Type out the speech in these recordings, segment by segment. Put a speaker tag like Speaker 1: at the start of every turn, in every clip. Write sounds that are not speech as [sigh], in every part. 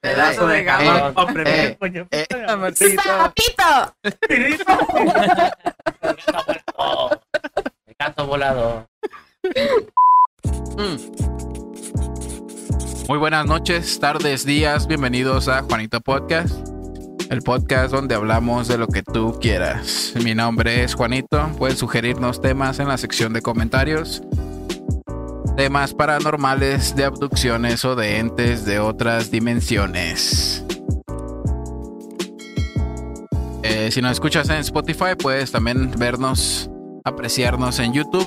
Speaker 1: Pedazo de cabrón.
Speaker 2: Hombre,
Speaker 1: eh,
Speaker 2: coño.
Speaker 1: eh,
Speaker 2: puta madre.
Speaker 3: ¡Sapito!
Speaker 2: Pirito.
Speaker 4: El gato volado.
Speaker 1: Muy buenas noches, tardes, días. Bienvenidos a Juanito Podcast. El podcast donde hablamos de lo que tú quieras. Mi nombre es Juanito. Puedes sugerirnos temas en la sección de comentarios. Temas paranormales, de abducciones o de entes de otras dimensiones. Eh, si nos escuchas en Spotify, puedes también vernos, apreciarnos en YouTube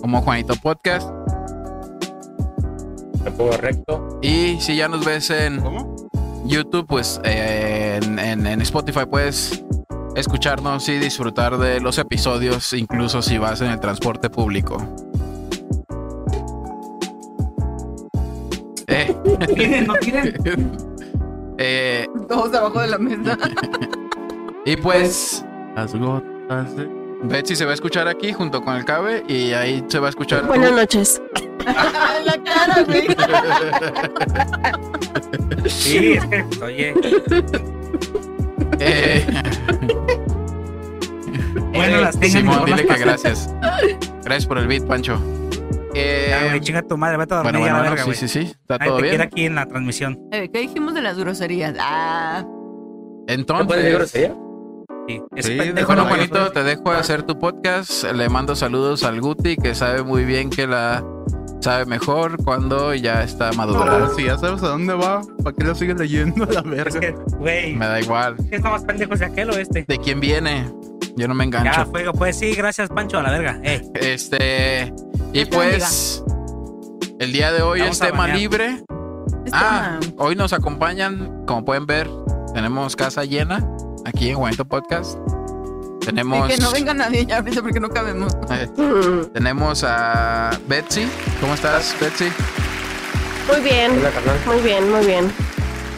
Speaker 1: como Juanito Podcast.
Speaker 4: Correcto.
Speaker 1: Y si ya nos ves en
Speaker 5: ¿Cómo?
Speaker 1: YouTube, pues eh, en, en- en Spotify puedes escucharnos y disfrutar de los episodios, incluso si vas en el transporte público. Eh,
Speaker 2: Miren, no tienen.
Speaker 1: eh,
Speaker 3: Todos abajo de la mesa.
Speaker 1: y pues,
Speaker 5: Las gotas de...
Speaker 1: Betsy se va a escuchar aquí junto con el cabe y ahí se va a escuchar.
Speaker 6: Buenas noches.
Speaker 3: en la cara, güey.
Speaker 2: Sí, es que, oye.
Speaker 1: Eh,
Speaker 6: [laughs]
Speaker 2: Bueno, las tengan.
Speaker 1: Simón,
Speaker 2: no
Speaker 1: dile que
Speaker 2: las pasen.
Speaker 1: gracias. Gracias por el beat, Pancho. Eh,
Speaker 2: Ya, Ah, güey, chinga tu madre, vete a dormir
Speaker 1: bueno,
Speaker 2: ya
Speaker 1: bueno,
Speaker 2: la
Speaker 1: no,
Speaker 2: verga,
Speaker 1: sí,
Speaker 2: güey.
Speaker 1: sí, sí, está
Speaker 2: Nadie
Speaker 1: todo
Speaker 2: te quiere
Speaker 1: bien.
Speaker 2: aquí en la transmisión.
Speaker 3: [laughs] Eh, ¿Qué dijimos de las groserías? Ah,
Speaker 4: ¿No puedes decir
Speaker 1: Entonces,
Speaker 4: grosería?
Speaker 2: Sí,
Speaker 5: Sí,
Speaker 1: Bueno,
Speaker 2: pendejo no va a
Speaker 1: Juanito,
Speaker 2: llorar.
Speaker 1: te dejo hacer tu podcast. Le mando saludos al Guti, que sabe muy bien que la sabe mejor cuando ya está madura.
Speaker 5: si ya sabes a dónde va, ¿para qué lo sigues leyendo [laughs] a la
Speaker 2: Es
Speaker 5: verga?
Speaker 2: que, güey,
Speaker 1: Me da igual.
Speaker 2: ¿es más pendejo de aquel o este?
Speaker 1: ¿De quién viene? Yo no me
Speaker 2: Ya,
Speaker 1: engancho.
Speaker 2: fuego, pues sí, gracias, Pancho, a la verga. Eh,
Speaker 1: Este. Y
Speaker 3: Dios te
Speaker 1: pues. El día de hoy
Speaker 2: Vamos
Speaker 1: es
Speaker 2: a
Speaker 1: tema
Speaker 2: banear.
Speaker 1: libre.
Speaker 3: es
Speaker 1: Ah,
Speaker 3: tema-
Speaker 1: hoy nos acompañan, como pueden ver, tenemos casa llena aquí en Juanito Podcast. Tenemos. eh,
Speaker 3: Y que no venga nadie ya, ahorita, porque no cabemos.
Speaker 1: Tenemos a Betsy. ¿Cómo estás, Betsy?
Speaker 6: Muy bien,
Speaker 4: Hola, carnal.
Speaker 6: muy bien, muy bien.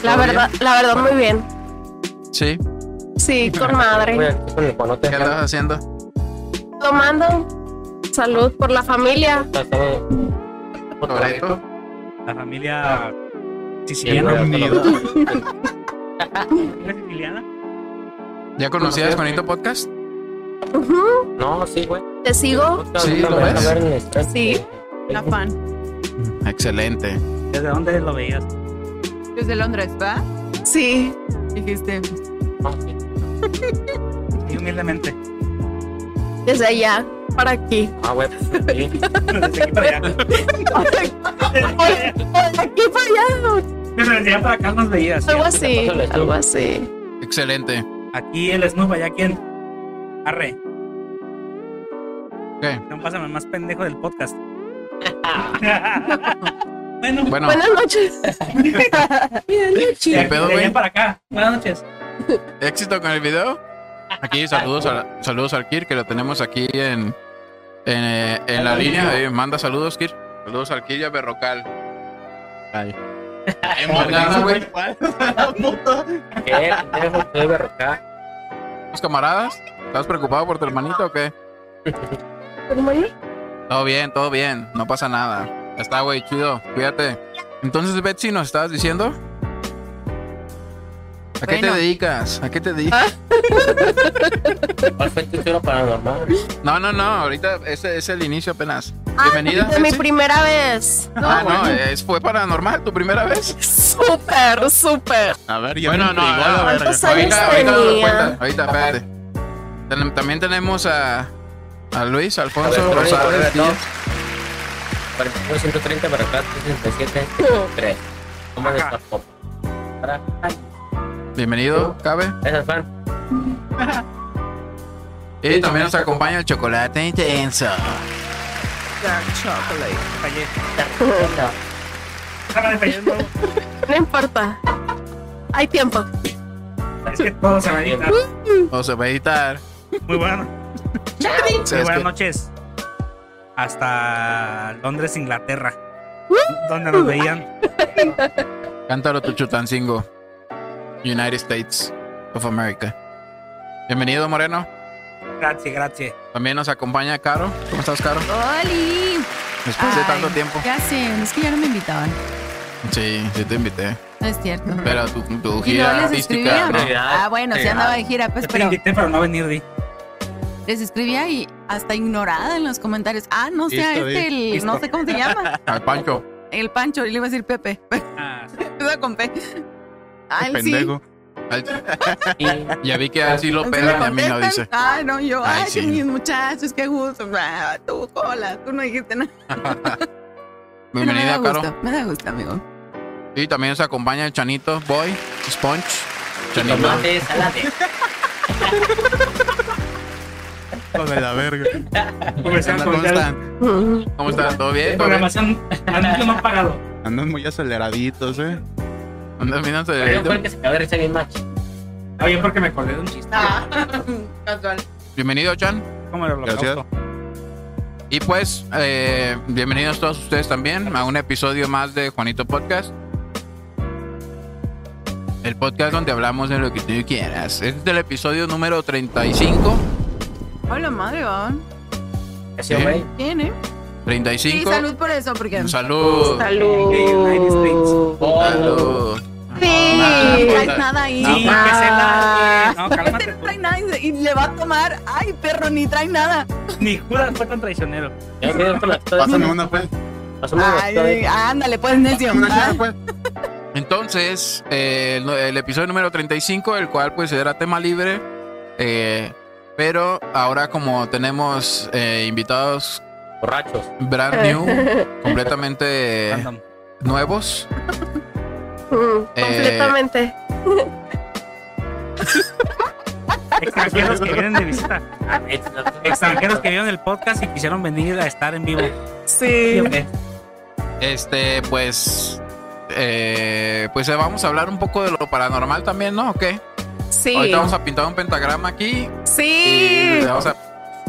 Speaker 6: La
Speaker 1: ¿Todo
Speaker 6: verdad, la verdad, muy bien.
Speaker 1: Sí.
Speaker 6: Sí, con
Speaker 4: Voy
Speaker 6: madre.
Speaker 4: aquí con el Juanote.
Speaker 1: ¿Qué andas haciendo?
Speaker 6: Tomando salud por la familia.
Speaker 4: Está- está-
Speaker 1: Loreto.
Speaker 2: la familia
Speaker 4: Bien,
Speaker 2: siciliana.
Speaker 4: güey,
Speaker 5: unido.
Speaker 2: ¿Familia siciliana?
Speaker 1: ¿Ya conocías Juanito Podcast?
Speaker 6: Ujú,
Speaker 4: No, sí, güey.
Speaker 6: Te sigo.
Speaker 4: Podcast,
Speaker 1: Sí,
Speaker 4: no,
Speaker 1: ¿lo
Speaker 4: me van a
Speaker 1: ves?
Speaker 4: ver en el Ah, stream.
Speaker 6: Sí.
Speaker 3: La fan.
Speaker 1: Excelente.
Speaker 2: ¿Desde dónde lo veías?
Speaker 3: Desde Londres, ¿va?
Speaker 6: Sí.
Speaker 3: Dijiste.
Speaker 4: Ah, sí.
Speaker 1: [laughs]
Speaker 2: Sí, humildemente.
Speaker 6: Desde allá para aquí.
Speaker 4: Ah, güey, pues, sí.
Speaker 2: Desde aquí
Speaker 1: [laughs]
Speaker 2: para allá. [laughs]
Speaker 6: O de aquí para allá.
Speaker 2: Pero desde allá para acá nos veías.
Speaker 6: Algo así.
Speaker 4: Pásale tú.
Speaker 6: Algo así.
Speaker 1: Excelente.
Speaker 2: Aquí el Snoop, allá quién. Arre.
Speaker 1: ¿Qué?
Speaker 2: No pásame el más pendejo
Speaker 1: [laughs]
Speaker 2: del podcast. bueno,
Speaker 1: Bueno,
Speaker 6: Buenas noches.
Speaker 2: de,
Speaker 1: ¿qué pedo,
Speaker 2: de
Speaker 1: güey?
Speaker 2: allá para acá. Buenas noches.
Speaker 1: éxito con el video. Aquí saludos, a, saludos al Kir, que lo tenemos aquí en, en, eh, en la línea. Eh, manda saludos, Kir. Saludos al Kir y a Berrocal. Ay. Nada, güey.
Speaker 4: ¿Qué? Pendejo, estoy berroca.
Speaker 1: ¿Tus camaradas? ¿Estás preocupado por tu hermanito o qué?
Speaker 6: Hermano,
Speaker 1: Todo bien, todo bien. No pasa nada. Ya Está, güey, chido. Cuídate. Entonces, Betsy, ¿nos estabas diciendo? ¿A qué
Speaker 3: Bueno.
Speaker 1: te dedicas? ¿A qué te dedicas?
Speaker 4: ¿Cuál fue tu tiro paranormal?
Speaker 1: No, no, no. Ahorita ese es el inicio apenas.
Speaker 6: Ah,
Speaker 1: Bienvenida.
Speaker 6: De mi
Speaker 1: Betsy.
Speaker 6: primera vez.
Speaker 1: Ah, no, es, fue paranormal tu primera vez.
Speaker 6: Súper, súper.
Speaker 5: A ver, ya
Speaker 1: Bueno,
Speaker 5: me
Speaker 1: no,
Speaker 5: intrigó
Speaker 1: no,
Speaker 5: la verga.
Speaker 6: ¿cuántos años?
Speaker 1: Ahorita, ahorita nos lo
Speaker 6: tenía.
Speaker 1: cuentan, Ahorita, espérate. Tenem- También tenemos a, a Luis Alfonso
Speaker 4: A ver,
Speaker 1: Rosales
Speaker 4: Luis, ¿no?
Speaker 1: Díaz.
Speaker 4: 41, 130 para acá, 67, 3. ¿Cómo
Speaker 2: Ajá.
Speaker 4: está pop? Para-
Speaker 1: Bienvenido, Cabe.
Speaker 4: Gracias, fan.
Speaker 1: Y también nos acompaña el Chocolate Intenso.
Speaker 3: Dark chocolate.
Speaker 2: Fallé.
Speaker 6: No
Speaker 2: Déjame de fallando.
Speaker 6: importa. Hay tiempo.
Speaker 2: Es que todo se va a editar.
Speaker 1: O se va a editar.
Speaker 2: Muy bueno.
Speaker 1: Se
Speaker 2: Muy
Speaker 1: escu-
Speaker 2: buenas noches. Hasta Londres, Inglaterra.
Speaker 3: ¡Uh!
Speaker 2: Donde nos veían.
Speaker 1: Cántalo tu chutancingo. United States of America. Bienvenido, Moreno.
Speaker 2: Gracias, gracias.
Speaker 1: También nos acompaña Caro. ¿Cómo estás, Caro?
Speaker 3: ¡Oli!
Speaker 1: Después de
Speaker 3: Ay,
Speaker 1: tanto tiempo.
Speaker 3: Ya sé, es que ya no me invitaban.
Speaker 1: Sí, sí te invité.
Speaker 3: No es cierto.
Speaker 1: Pero tu, tu
Speaker 3: Y no
Speaker 1: gira
Speaker 3: les escribía.
Speaker 1: artística, ¿no?
Speaker 4: Prioridad,
Speaker 3: Ah, bueno, sí
Speaker 4: prioridad.
Speaker 3: andaba de gira, pues,
Speaker 2: Yo te
Speaker 3: pero
Speaker 2: invité para no venir, Di.
Speaker 3: les escribía y hasta ignorada en los comentarios. Ah, no sé,
Speaker 5: Listo,
Speaker 3: este, el-
Speaker 2: listo.
Speaker 3: no sé cómo se
Speaker 1: [laughs]
Speaker 3: llama.
Speaker 1: Al Pancho.
Speaker 3: El Pancho, y le iba a decir Pepe. [laughs]
Speaker 2: Ah,
Speaker 3: Empezó con P. Ah, él sí.
Speaker 5: pendejo.
Speaker 1: Al-
Speaker 4: Y
Speaker 1: ya vi que así lo
Speaker 3: Así
Speaker 1: pegan y
Speaker 3: me
Speaker 1: a mí no
Speaker 3: contestan.
Speaker 1: dice.
Speaker 3: Ay, no, yo,
Speaker 1: Ay,
Speaker 3: ay,
Speaker 1: sí.
Speaker 3: mis muchachos, qué gusto. Ah, tú, cola, tú no dijiste nada. Pero
Speaker 1: Bienvenida,
Speaker 3: me da
Speaker 1: Caro.
Speaker 3: gusto, me da gusto, amigo.
Speaker 1: Y también nos acompaña el Chanito, Boy, Sponge, Chanito.
Speaker 4: tomate, salate.
Speaker 5: Lo de la verga.
Speaker 2: conversación
Speaker 1: ¿Cómo
Speaker 2: con-
Speaker 1: están? ¿Cómo están? ¿Todo bien? ¿Todo bien?
Speaker 2: Programación, anuncio no pagado.
Speaker 5: Andan muy aceleraditos, eh.
Speaker 1: ¿Andas mirando
Speaker 4: Yo
Speaker 1: acelerito?
Speaker 4: creo que se acabó de revisar bien macho.
Speaker 2: Oye, porque me acordé de un chiste.
Speaker 3: casual.
Speaker 1: Bienvenido, Chan.
Speaker 2: ¿Cómo lo
Speaker 5: Gracias.
Speaker 1: Y pues, eh, bienvenidos todos ustedes también a un episodio más de Juanito Podcast. El podcast donde hablamos de lo que tú quieras. Este es el episodio número 35.
Speaker 3: Hola, madre, ¿quién
Speaker 4: Así,
Speaker 1: Sí.
Speaker 4: güey.
Speaker 3: Tiene. Sí,
Speaker 1: 35.
Speaker 3: salud por eso, porque.
Speaker 1: Un Salud.
Speaker 6: Salud.
Speaker 4: Bolo.
Speaker 1: Salud.
Speaker 6: Sí.
Speaker 3: Ah, no
Speaker 1: Ay,
Speaker 3: traes nada ahí.
Speaker 2: Sí,
Speaker 6: Ah.
Speaker 2: que se la- No, cálmate.
Speaker 3: No trae nada y, y le va a tomar. Ay, perro, ni trae nada.
Speaker 2: pues, Ni Judas fue tan traicionero.
Speaker 4: Ya me dio por las todas.
Speaker 5: Pásame una, pues.
Speaker 4: Pásame una
Speaker 3: Ay,
Speaker 4: todas.
Speaker 3: ándale, pues, necio.
Speaker 5: Una
Speaker 3: Ah,
Speaker 5: chela, pues.
Speaker 1: Entonces, eh, el, el episodio número 35, el cual pues era tema libre, eh, pero ahora como tenemos eh, invitados
Speaker 4: Borrachos.
Speaker 1: brand
Speaker 6: [laughs]
Speaker 1: new, completamente eh,
Speaker 2: Random.
Speaker 1: nuevos,
Speaker 6: Mm, Completamente.
Speaker 2: Extranjeros que vienen de visita. Extranjeros que vieron el podcast y quisieron venir a estar en vivo. eh,
Speaker 6: Sí.
Speaker 1: este pues... eh, pues eh, vamos a hablar un poco de lo paranormal también, ¿no? ¿O qué?
Speaker 6: Sí.
Speaker 1: Ahorita vamos a pintar un pentagrama aquí y
Speaker 6: Sí.
Speaker 1: le vamos a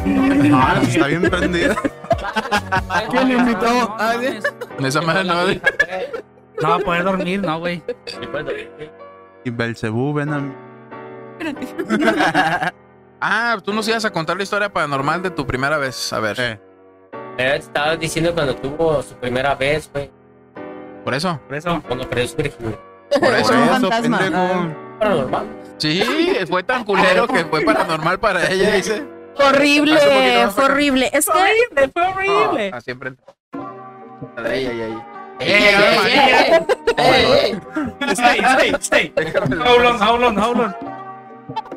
Speaker 2: No,
Speaker 5: Ah, Está bien prendida.
Speaker 4: ¿Quién
Speaker 2: no, no, no,
Speaker 3: Ah,
Speaker 2: mames.
Speaker 1: en
Speaker 6: [laughs]
Speaker 1: esa manera no de-
Speaker 2: No va a poder dormir, no, güey.
Speaker 5: Y Belcebú, ven a mí.
Speaker 1: Ah, tú nos ibas a contar la historia paranormal de tu primera vez. A ver,
Speaker 5: Eh,
Speaker 4: Pero estaba diciendo cuando tuvo su primera vez, güey.
Speaker 1: por
Speaker 6: [laughs]
Speaker 1: eso,
Speaker 2: Por eso.
Speaker 4: Cuando perdió su virginidad.
Speaker 1: por
Speaker 5: Por
Speaker 1: eso.
Speaker 3: un
Speaker 5: eso,
Speaker 3: fantasma.
Speaker 5: pendejo.
Speaker 4: Paranormal.
Speaker 1: Sí, fue tan culero que fue paranormal para ella, dice.
Speaker 6: Horrible.
Speaker 1: Hace poquito no
Speaker 6: Fue horrible. Es que.
Speaker 2: Fue
Speaker 1: Ah, siempre. Eh, Ay, ay, ay.
Speaker 4: ¡Ey, ey, ey! ¡Ey, ey!
Speaker 1: eh,
Speaker 2: Oh. Stay, stay, stay. Hold on, hold on, hold on.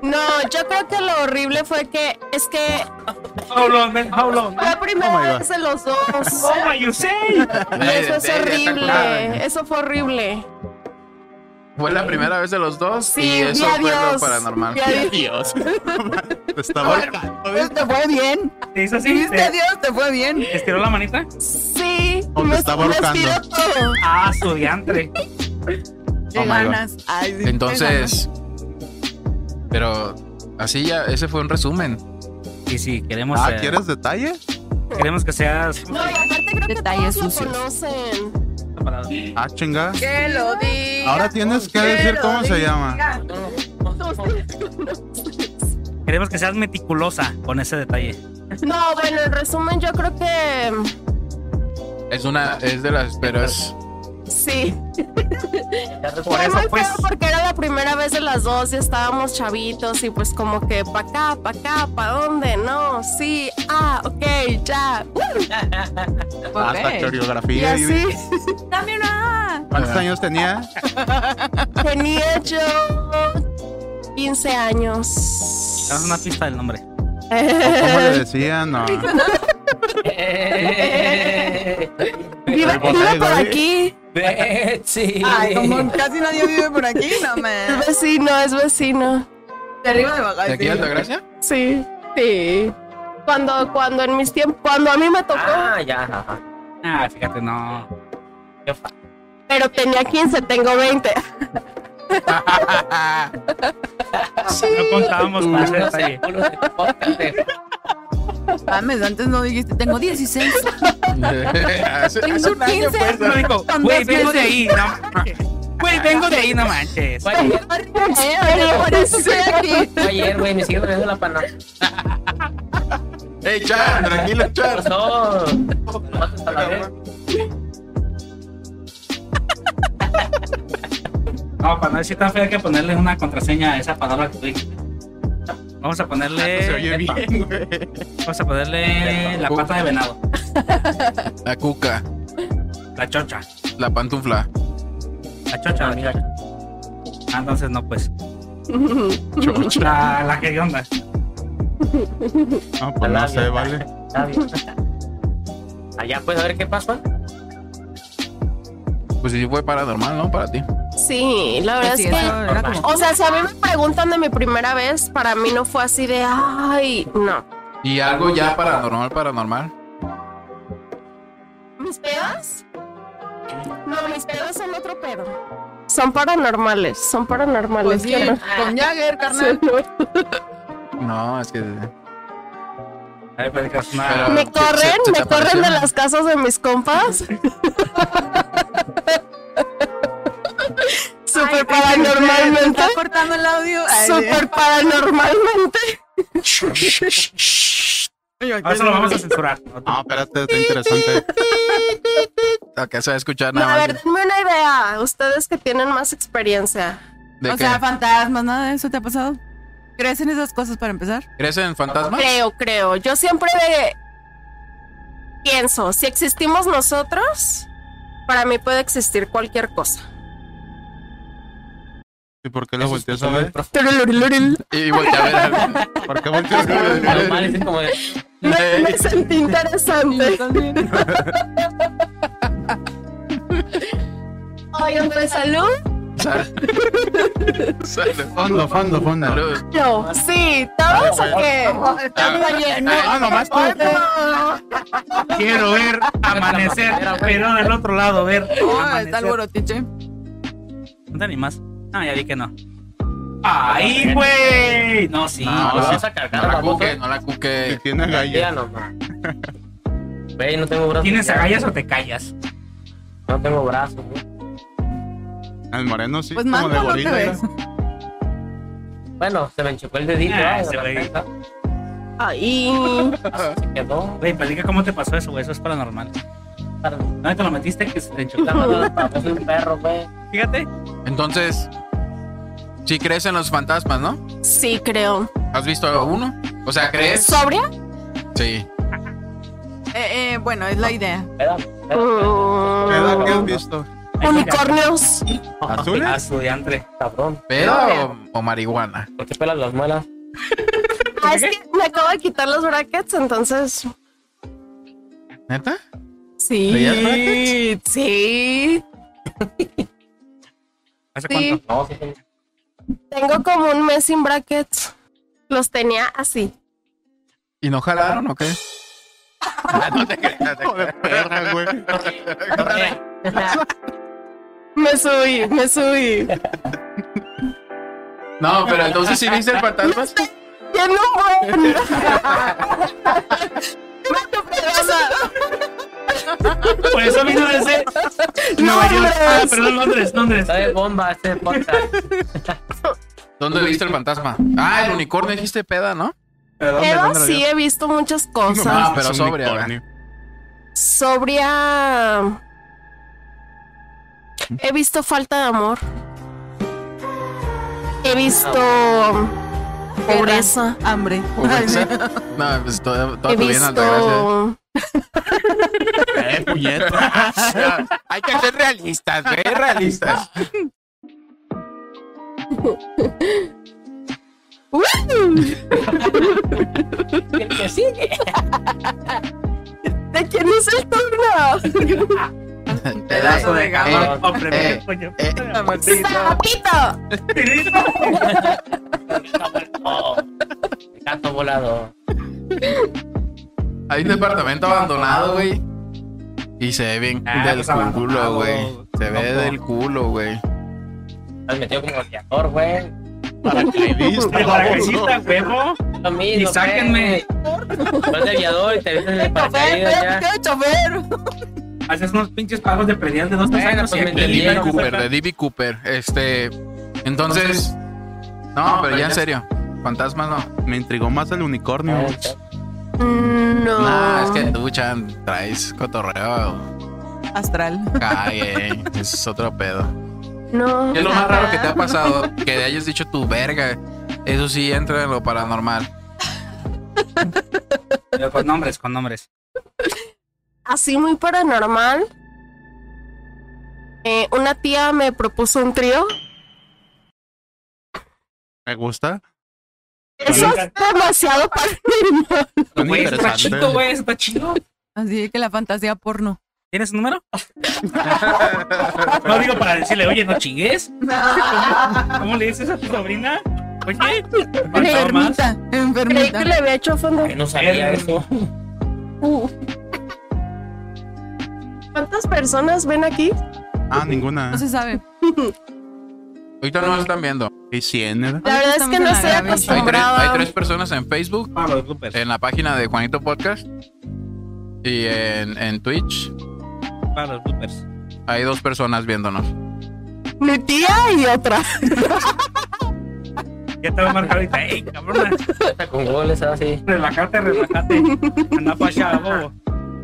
Speaker 6: No, yo creo que lo horrible fue que. Es que.
Speaker 2: Hold on, man, hold on.
Speaker 6: Fue la
Speaker 5: Oh my
Speaker 6: primera
Speaker 5: God.
Speaker 6: vez de los dos.
Speaker 2: Oh, you say.
Speaker 6: Y eso es
Speaker 1: Ella está curada.
Speaker 6: horrible. Eso fue horrible.
Speaker 1: Fue la primera vez de los dos
Speaker 6: Sí,
Speaker 1: y eso
Speaker 6: ya
Speaker 1: fue lo
Speaker 6: Dios.
Speaker 1: paranormal.
Speaker 6: Ya Dios.
Speaker 5: Dios. [laughs] Estaba.
Speaker 3: Dios, te fue bien.
Speaker 2: ¿Te hizo así?
Speaker 3: Viste,
Speaker 2: ¿Te
Speaker 3: Dios, te fue bien.
Speaker 2: estiró la manita?
Speaker 6: Sí.
Speaker 5: O te
Speaker 6: me-
Speaker 5: estaba
Speaker 6: me
Speaker 5: ahorcando.
Speaker 6: estiró todo.
Speaker 2: Ah, su diantre.
Speaker 5: Oh
Speaker 3: Qué
Speaker 5: my
Speaker 3: ganas. Ay, sí, qué ganas.
Speaker 1: Entonces, pero así ya, ese fue un resumen.
Speaker 2: Y si queremos,
Speaker 5: Ah,
Speaker 2: eh,
Speaker 5: ¿quieres detalles?
Speaker 2: queremos que seas.
Speaker 6: No, y aparte creo que
Speaker 3: Detalles
Speaker 6: todos lo
Speaker 3: sucios.
Speaker 6: conocen.
Speaker 5: Ah, chingada.
Speaker 3: Que lo diga.
Speaker 5: Ahora tienes que decir cómo se llama.
Speaker 2: Queremos que seas meticulosa con ese detalle.
Speaker 6: No, bueno, en resumen, yo creo que
Speaker 1: Es una, es de las, pero es
Speaker 6: mm, sí.
Speaker 2: Por
Speaker 6: Fue
Speaker 2: eso,
Speaker 6: muy
Speaker 2: pues.
Speaker 6: feo porque era la primera vez de las dos y estábamos chavitos y pues como que pa' acá, pa' acá, pa' dónde, no, sí, ah, ok, ya. Uh,
Speaker 5: Hasta
Speaker 6: y
Speaker 5: coreografía. y-
Speaker 6: [laughs] así
Speaker 3: Dame una.
Speaker 5: ¿Cuántos años tenía?
Speaker 6: tenía yo 15 años.
Speaker 2: Danos
Speaker 6: [laughs]
Speaker 2: una pista del nombre.
Speaker 5: ¿Cómo le decían? No.
Speaker 6: Vive,
Speaker 5: El botella,
Speaker 6: vive por
Speaker 5: ¿no?
Speaker 6: aquí,
Speaker 4: Betsy.
Speaker 3: Ay, como casi nadie vive por aquí, no [laughs] me.
Speaker 6: es vecino, es vecino.
Speaker 3: De arriba de baja.
Speaker 1: de aquí de
Speaker 3: sí.
Speaker 1: Altagracia.
Speaker 6: Sí, sí. Cuando, cuando en mis tiempos, cuando a mí me tocó,
Speaker 4: Ah, ya, ajá.
Speaker 2: Ah, fíjate, no.
Speaker 4: Qué fa-
Speaker 6: pero tenía 15, tengo 20.
Speaker 2: No contábamos con ese
Speaker 4: No sé,
Speaker 2: detalle.
Speaker 4: uno se toca, te-
Speaker 3: Mames, antes no dijiste, tengo [laughs] 16.
Speaker 1: [laughs] hace, hace un año
Speaker 3: 15
Speaker 6: [laughs]
Speaker 1: pues.
Speaker 2: No dijo,
Speaker 3: Con
Speaker 2: güey,
Speaker 3: dos
Speaker 2: vengo de ahí, no manches. Güey, vengo de ahí, no manches.
Speaker 4: Fue ayer,
Speaker 3: Pero por eso estoy
Speaker 6: [laughs]
Speaker 3: aquí.
Speaker 4: fue ayer, güey, me sigue doliendo la pana. ¿Qué
Speaker 1: Ey, Chan, tranquilo, Chan.
Speaker 4: pasó? Matas a la vez.
Speaker 2: No, para no decir tan feo hay que ponerle una contraseña a esa palabra que tú dijiste. Vamos a [laughs] ponerle.
Speaker 5: Se oye
Speaker 2: epa,
Speaker 5: bien, güey.
Speaker 2: Vamos a ponerle la pata de venado,
Speaker 1: La cuca,
Speaker 2: la chocha,
Speaker 1: la pantufla,
Speaker 2: la chocha, la chocha. Ah, entonces no, [laughs] pues.
Speaker 5: Chocha.
Speaker 2: La, la que onda.
Speaker 5: No, pues no sé, vale.
Speaker 4: Allá pues a ver qué pasa.
Speaker 1: pues sí fue paranormal, ¿no? Para ti.
Speaker 6: Sí, la verdad
Speaker 3: Sí,
Speaker 6: es que.
Speaker 3: eso era como-
Speaker 6: O sea, si a mí me preguntan de mi primera vez, para mí no fue así de. Ay, no.
Speaker 1: Y algo ya paranormal, paranormal.
Speaker 6: ¿Mis pedos? No, mis pedos son otro pedo. Son paranormales, son paranormales.
Speaker 3: Pues sí,
Speaker 6: yo [laughs] no-
Speaker 3: con Jagger, carnal.
Speaker 1: No, es que.
Speaker 2: A ver, pues, es una-
Speaker 1: Pero-
Speaker 6: Me
Speaker 1: ¿Se-
Speaker 6: corren,
Speaker 1: se- se te
Speaker 6: me corren de
Speaker 1: aparecieron?
Speaker 6: las casas de mis [laughs] compas.
Speaker 3: Ay,
Speaker 6: Súper
Speaker 3: me
Speaker 6: paranormalmente.
Speaker 3: Está cortando el audio. Ay,
Speaker 6: Súper [laughs] paranormalmente.
Speaker 3: yo aquí-
Speaker 2: Ahora eso lo vamos a censurar. No te-
Speaker 5: No, Ah, espérate, está interesante.
Speaker 1: Acá ah, se va a escuchar
Speaker 6: No,
Speaker 1: nada
Speaker 6: a
Speaker 1: más.
Speaker 6: ver, denme una idea. Ustedes que tienen más experiencia.
Speaker 1: ¿De
Speaker 3: o
Speaker 1: qué?
Speaker 3: sea, fantasmas, nada de eso te ha pasado. ¿Crees en esas cosas para empezar?
Speaker 1: ¿Crees en fantasmas?
Speaker 6: Creo, creo. Yo siempre de- pienso, si existimos nosotros, para mí puede existir cualquier cosa.
Speaker 5: ¿Y por qué lo volteas a ver?
Speaker 1: Y voltea a ver a
Speaker 6: [laughs]
Speaker 1: ver. [laughs]
Speaker 5: ¿Por qué volteas a ver? [laughs]
Speaker 4: Normal, es como de.
Speaker 6: Me, me sentí interesante. Oigan, pues salud.
Speaker 1: Sal- Salud.
Speaker 5: Fondo, fondo, fondo.
Speaker 1: Salud.
Speaker 6: Yo, sí, todos o qué? También, ¿no?
Speaker 5: Ah, nomás tú.
Speaker 2: Quiero ver amanecer, pero del otro lado, ver.
Speaker 3: Oh,
Speaker 2: amanecer.
Speaker 3: está el borotiche.
Speaker 2: ¿No te animas? No, ya vi que no. ¡Ay, güey! No, sí.
Speaker 1: No,
Speaker 5: Ah,
Speaker 4: Lo
Speaker 1: sí.
Speaker 4: vamos a
Speaker 1: No
Speaker 4: cargar
Speaker 1: la
Speaker 4: baboso.
Speaker 1: cuque, no la cuque.
Speaker 5: Tiene
Speaker 4: Ya
Speaker 5: gallo.
Speaker 4: nomás. Güey, no tengo brazos.
Speaker 2: ¿Tienes
Speaker 4: ya.
Speaker 2: agallas o te callas?
Speaker 4: No tengo brazos, güey.
Speaker 5: Al moreno sí,
Speaker 3: Pues
Speaker 5: como
Speaker 3: manco
Speaker 5: de
Speaker 3: no te
Speaker 5: gorila. ¿eh?
Speaker 3: ves.
Speaker 5: mira.
Speaker 4: Bueno, se me enchocó el dedito.
Speaker 2: Ah,
Speaker 4: ah,
Speaker 2: ese
Speaker 4: de
Speaker 2: güey.
Speaker 4: repente,
Speaker 6: Ahí.
Speaker 4: Se quedó.
Speaker 2: Güey, platica cómo te pasó eso, güey. Eso es paranormal. ¿Dónde te lo metiste? Que se te
Speaker 4: [laughs]
Speaker 2: enchocó.
Speaker 4: La mano de papá de un perro, güey.
Speaker 2: Fíjate.
Speaker 1: Entonces, si crees en los fantasmas, ¿no?
Speaker 6: Sí, creo.
Speaker 1: ¿Has visto a uno? O sea, ¿crees?
Speaker 6: ¿Sobria?
Speaker 1: Sí.
Speaker 3: Eh, eh, bueno,
Speaker 6: Ah,
Speaker 3: es la idea.
Speaker 4: Espera, espera.
Speaker 6: [laughs]
Speaker 5: ¿Qué edad que has
Speaker 6: Mm,
Speaker 5: visto?
Speaker 6: Unicornios.
Speaker 5: ¿Azules?
Speaker 2: A Ah, su diantre.
Speaker 4: Cabrón.
Speaker 1: ¿Pedo o, o marihuana?
Speaker 4: ¿Por qué pelas las muelas?
Speaker 6: Ah, es que me acabo de quitar los brackets, entonces.
Speaker 1: ¿Neta? ¿Traías
Speaker 6: Sí. Sí.
Speaker 2: ¿Hace
Speaker 6: Sí.
Speaker 2: cuánto?
Speaker 4: No, sí, sí.
Speaker 6: Tengo como un mes sin brackets. Los tenía así.
Speaker 1: ¿Y no jalaron o qué?
Speaker 5: Hijo de perra, güey.
Speaker 4: [laughs]
Speaker 6: Me subí, me subí.
Speaker 1: No, pero entonces sí viste el fantasma.
Speaker 6: Ya no puedo. Me topé los-
Speaker 2: Por pues, eso vino
Speaker 6: [laughs]
Speaker 2: desde Nueva York. Ah, perdón, Londres, Londres.
Speaker 4: Está de bomba este podcast.
Speaker 1: ¿Dónde viste el fantasma? Ah, el unicornio dijiste peda, ¿no?
Speaker 2: Perdón,
Speaker 6: Pero
Speaker 2: perdón,
Speaker 6: sí he visto muchas cosas.
Speaker 1: Ah, pero
Speaker 5: Es un
Speaker 1: sobria,
Speaker 5: unicornio.
Speaker 6: Sobria. He visto falta de amor. He visto pobreza.
Speaker 3: Hambre.
Speaker 1: Pobreza. No, pues toda, toda
Speaker 6: He
Speaker 1: tu vida en Altagracia.
Speaker 6: visto.
Speaker 5: Eh, puñeta.
Speaker 1: Hay que ser realistas, güey,
Speaker 2: [laughs]
Speaker 1: realistas.
Speaker 4: ¿Qué qué sigue?
Speaker 6: ¿De quién es el turno?
Speaker 2: Pedazo de
Speaker 1: Eh,
Speaker 2: gama. Ah, Hombre,
Speaker 1: eh,
Speaker 2: coño.
Speaker 1: eh.
Speaker 6: ¡Sapito!
Speaker 4: Oh, el gato volado.
Speaker 1: Hay un departamento abandonado, güey. Y se ve bien
Speaker 2: Ah,
Speaker 1: del
Speaker 2: pues,
Speaker 1: culo,
Speaker 2: abandonado.
Speaker 1: güey. Se ve
Speaker 4: Loco.
Speaker 1: del culo, güey.
Speaker 4: Has metido como golpeador, güey.
Speaker 5: Paracaidista,
Speaker 2: [laughs] De paracaidista,
Speaker 5: baboso.
Speaker 2: huevo.
Speaker 4: Lo mismo.
Speaker 2: Y sáquenme.
Speaker 4: güey. Vas de aviador y te ves en el
Speaker 3: Chofer,
Speaker 4: paracaídas ya.
Speaker 3: espérate, chofer.
Speaker 2: Haces unos pinches pagos de prendidas de dos, tres
Speaker 4: Bueno,
Speaker 2: años
Speaker 4: pues,
Speaker 2: y
Speaker 4: me
Speaker 2: aquí
Speaker 1: De
Speaker 4: entendí,
Speaker 2: llegas.
Speaker 1: Libby
Speaker 4: ¿no?
Speaker 1: Cooper, de Libby Cooper. Este. Entonces. No, pero ya en serio. Fantasmas no.
Speaker 5: Me intrigó más el unicornio.
Speaker 4: Ah,
Speaker 5: güey.
Speaker 6: Mm, No.
Speaker 1: Nah, es que tú, Chan, traes cotorreo.
Speaker 3: Astral.
Speaker 1: [laughs] Cague. Ese es otro pedo.
Speaker 6: No.
Speaker 1: ¿Qué es lo más raro que te ha
Speaker 6: nada.
Speaker 1: pasado? Que hayas dicho tu verga. Eso sí entra en lo paranormal.
Speaker 2: Pero con nombres, con nombres.
Speaker 6: Así muy paranormal. Eh, una tía me propuso un trío.
Speaker 5: Me gusta.
Speaker 6: Eso es demasiado paranormal.
Speaker 5: Suena
Speaker 2: Güey, está
Speaker 5: interesante.
Speaker 2: chido, güey, está chido.
Speaker 3: Así que la fantasía porno.
Speaker 2: ¿Tienes un número? No digo para decirle, oye, no chingues. ¿Cómo le dices a tu sobrina? Oye, faltaba más.
Speaker 3: Enfermita,
Speaker 6: Creí que
Speaker 3: enfermita.
Speaker 6: le había hecho fondo.
Speaker 4: Ay, no sabía
Speaker 2: Verga.
Speaker 4: eso.
Speaker 6: ¿Cuántas personas ven aquí?
Speaker 5: Ah, ninguna.
Speaker 3: No se sabe.
Speaker 1: Ahorita no nos están viendo.
Speaker 5: ¿Qué cien? ¿eh?
Speaker 6: La verdad es que no pues, estoy
Speaker 1: Hay tres, hay
Speaker 6: acostumbrada.
Speaker 1: tres personas en Facebook,
Speaker 2: Ah, los bloopers.
Speaker 1: en la página de Juanito Podcast y en, en Twitch.
Speaker 2: Ah, los bloopers.
Speaker 1: Hay dos personas viéndonos.
Speaker 6: Mi tía y otra.
Speaker 2: Ya te voy a marcar ahorita. ¡Ey, cabrona!
Speaker 4: Hasta Con goles así.
Speaker 2: Relájate, relájate. Anda pa' allá, bobo.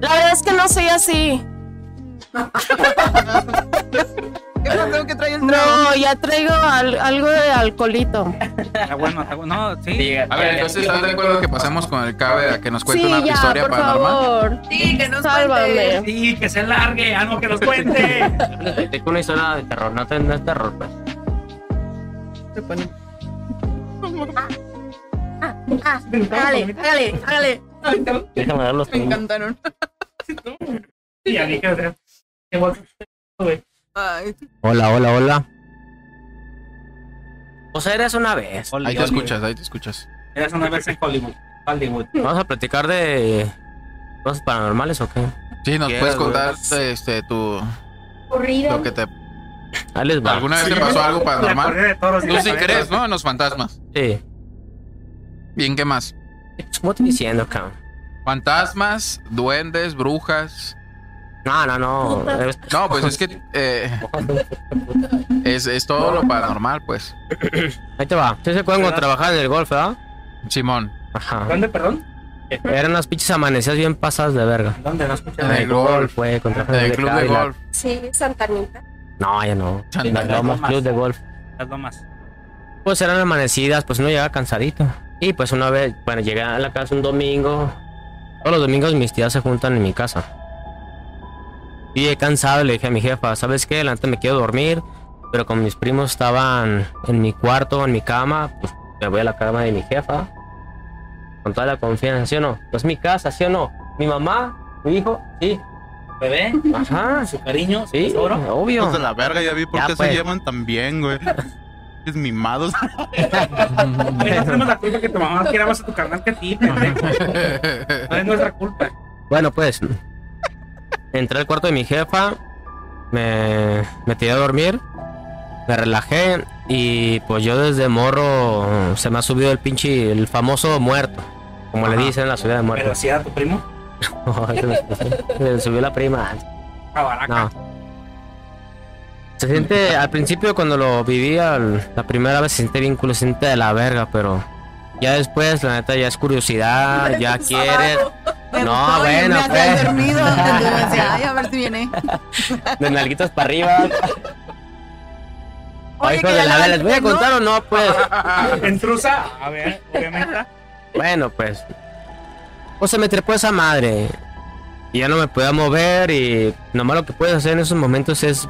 Speaker 6: La verdad es que no soy así.
Speaker 3: ¿Qué pasó que trae el trago?
Speaker 6: No, ya traigo al- algo de alcoholito.
Speaker 2: Está bueno, está bueno. No, sí.
Speaker 1: A ver, entonces ah, estás de acuerdo que pasemos con el cabe a que nos cuente
Speaker 6: Sí,
Speaker 1: una
Speaker 6: ya,
Speaker 1: historia
Speaker 6: por
Speaker 1: paranormal.
Speaker 6: favor.
Speaker 3: Sí, que no
Speaker 6: Sálvame.
Speaker 2: Sí, que se largue, ah, no, que los cuente.
Speaker 4: Te tengo una historia de terror, no, te- no es terror, pues.
Speaker 6: Hágale, hágale, hágale.
Speaker 4: Déjame dar los
Speaker 3: Me
Speaker 4: tuyos.
Speaker 3: encantaron.
Speaker 2: Y ya dije, o sea, qué bueno.
Speaker 3: Ay,
Speaker 7: Hola, hola, hola.
Speaker 4: O sea, eres una vez.
Speaker 1: Ahí te escuchas, ahí te escuchas.
Speaker 2: Eres una vez en Hollywood. Hollywood.
Speaker 4: ¿Vamos a platicar de cosas paranormales o qué?
Speaker 1: Sí, nos
Speaker 5: Quieras,
Speaker 1: puedes contar
Speaker 5: güey.
Speaker 1: este, tu,
Speaker 6: Corrida.
Speaker 1: lo que te...
Speaker 4: Ahí les va.
Speaker 1: ¿Alguna vez te pasó algo
Speaker 2: La
Speaker 1: paranormal?
Speaker 2: corrida de toros. y
Speaker 1: Tú
Speaker 2: la
Speaker 1: sí
Speaker 2: corrida
Speaker 1: crees, ¿no? En los fantasmas.
Speaker 4: Sí.
Speaker 1: Bien, ¿qué más?
Speaker 4: ¿Cómo te diciendo, cabrón?
Speaker 1: Fantasmas, duendes, brujas.
Speaker 4: No, no, no.
Speaker 6: Puta.
Speaker 4: Eres-
Speaker 1: No, pues es que eh, es, es todo lo paranormal, pues.
Speaker 4: Ahí te va. ¿Sí se acuerdan cuando
Speaker 2: ¿Verdad?
Speaker 4: trabajaba en el golf, verdad?
Speaker 1: Simón,
Speaker 2: de-
Speaker 4: Ajá.
Speaker 2: ¿Dónde, perdón?
Speaker 4: Eran unas pinches amanecidas bien pasadas de verga.
Speaker 2: ¿Dónde? No
Speaker 1: En
Speaker 2: escuchas.
Speaker 1: el golf.
Speaker 4: güey. Contra
Speaker 1: en el club de
Speaker 4: Cadillac.
Speaker 1: golf.
Speaker 6: Sí, Santanita.
Speaker 4: No, ya no.
Speaker 1: Santa
Speaker 4: Las
Speaker 1: Clara.
Speaker 4: lomas,
Speaker 2: Lomas.
Speaker 4: club de golf.
Speaker 2: Las lomas.
Speaker 4: Pues eran amanecidas, pues uno llegaba cansadito. Y pues una vez, bueno, llegué a la casa un domingo. Todos los domingos mis tías se juntan en mi casa. Y llegué cansado, le dije a mi jefa, ¿sabes qué? La neta me quiero dormir, pero como mis primos estaban en mi cuarto, en mi cama, pues me voy a la cama de mi jefa. Con toda la confianza, ¿sí o no? Pues mi casa, ¿sí o no? Mi mamá, mi hijo, sí.
Speaker 2: Bebé,
Speaker 4: Ajá,
Speaker 2: su cariño, su
Speaker 4: sí,
Speaker 2: tesoro.
Speaker 4: obvio.
Speaker 5: Hijos de la verga, ya vi por
Speaker 4: Ya,
Speaker 5: qué
Speaker 4: pues.
Speaker 5: se llevan tan bien, güey. Es mimados.
Speaker 2: Oye, no tenemos la culpa que tu mamá quiera más a tu carnal que a
Speaker 4: [laughs]
Speaker 2: ti, pendejo. No es nuestra culpa.
Speaker 4: Bueno, pues entré al cuarto de mi jefa, me, me tiré a dormir, me relajé y pues yo desde morro se me ha subido el pinche, el famoso muerto, como le
Speaker 2: Ajá.
Speaker 4: dicen en la ciudad de
Speaker 2: Pero
Speaker 4: muertos.
Speaker 2: si era tu primo,
Speaker 4: [laughs] se me se me subió la prima.
Speaker 2: cabaraca.
Speaker 4: No. Se siente, al principio cuando lo viví al- la primera vez se siente bien culo, se siente de la verga, pero ya después la neta ya es curiosidad, ya quieres,
Speaker 3: me
Speaker 4: No,
Speaker 3: gustó y
Speaker 4: bueno,
Speaker 3: me hacía
Speaker 4: pues.
Speaker 3: dormido.
Speaker 4: [laughs]
Speaker 3: Entonces yo decía, ay, a ver si viene.
Speaker 4: de nalguitas para arriba. Ay,
Speaker 3: Oye,
Speaker 4: hijo
Speaker 3: que
Speaker 4: de
Speaker 3: ya
Speaker 4: la
Speaker 3: la
Speaker 4: verga, ¿les voy a
Speaker 3: levantaste,
Speaker 4: contar o no? Pues,
Speaker 2: Entrusa, Ah, a ver, obviamente.
Speaker 4: bueno, pues. O se me trepó esa madre. Y ya no me podía mover y nomás lo que puedes hacer en esos momentos es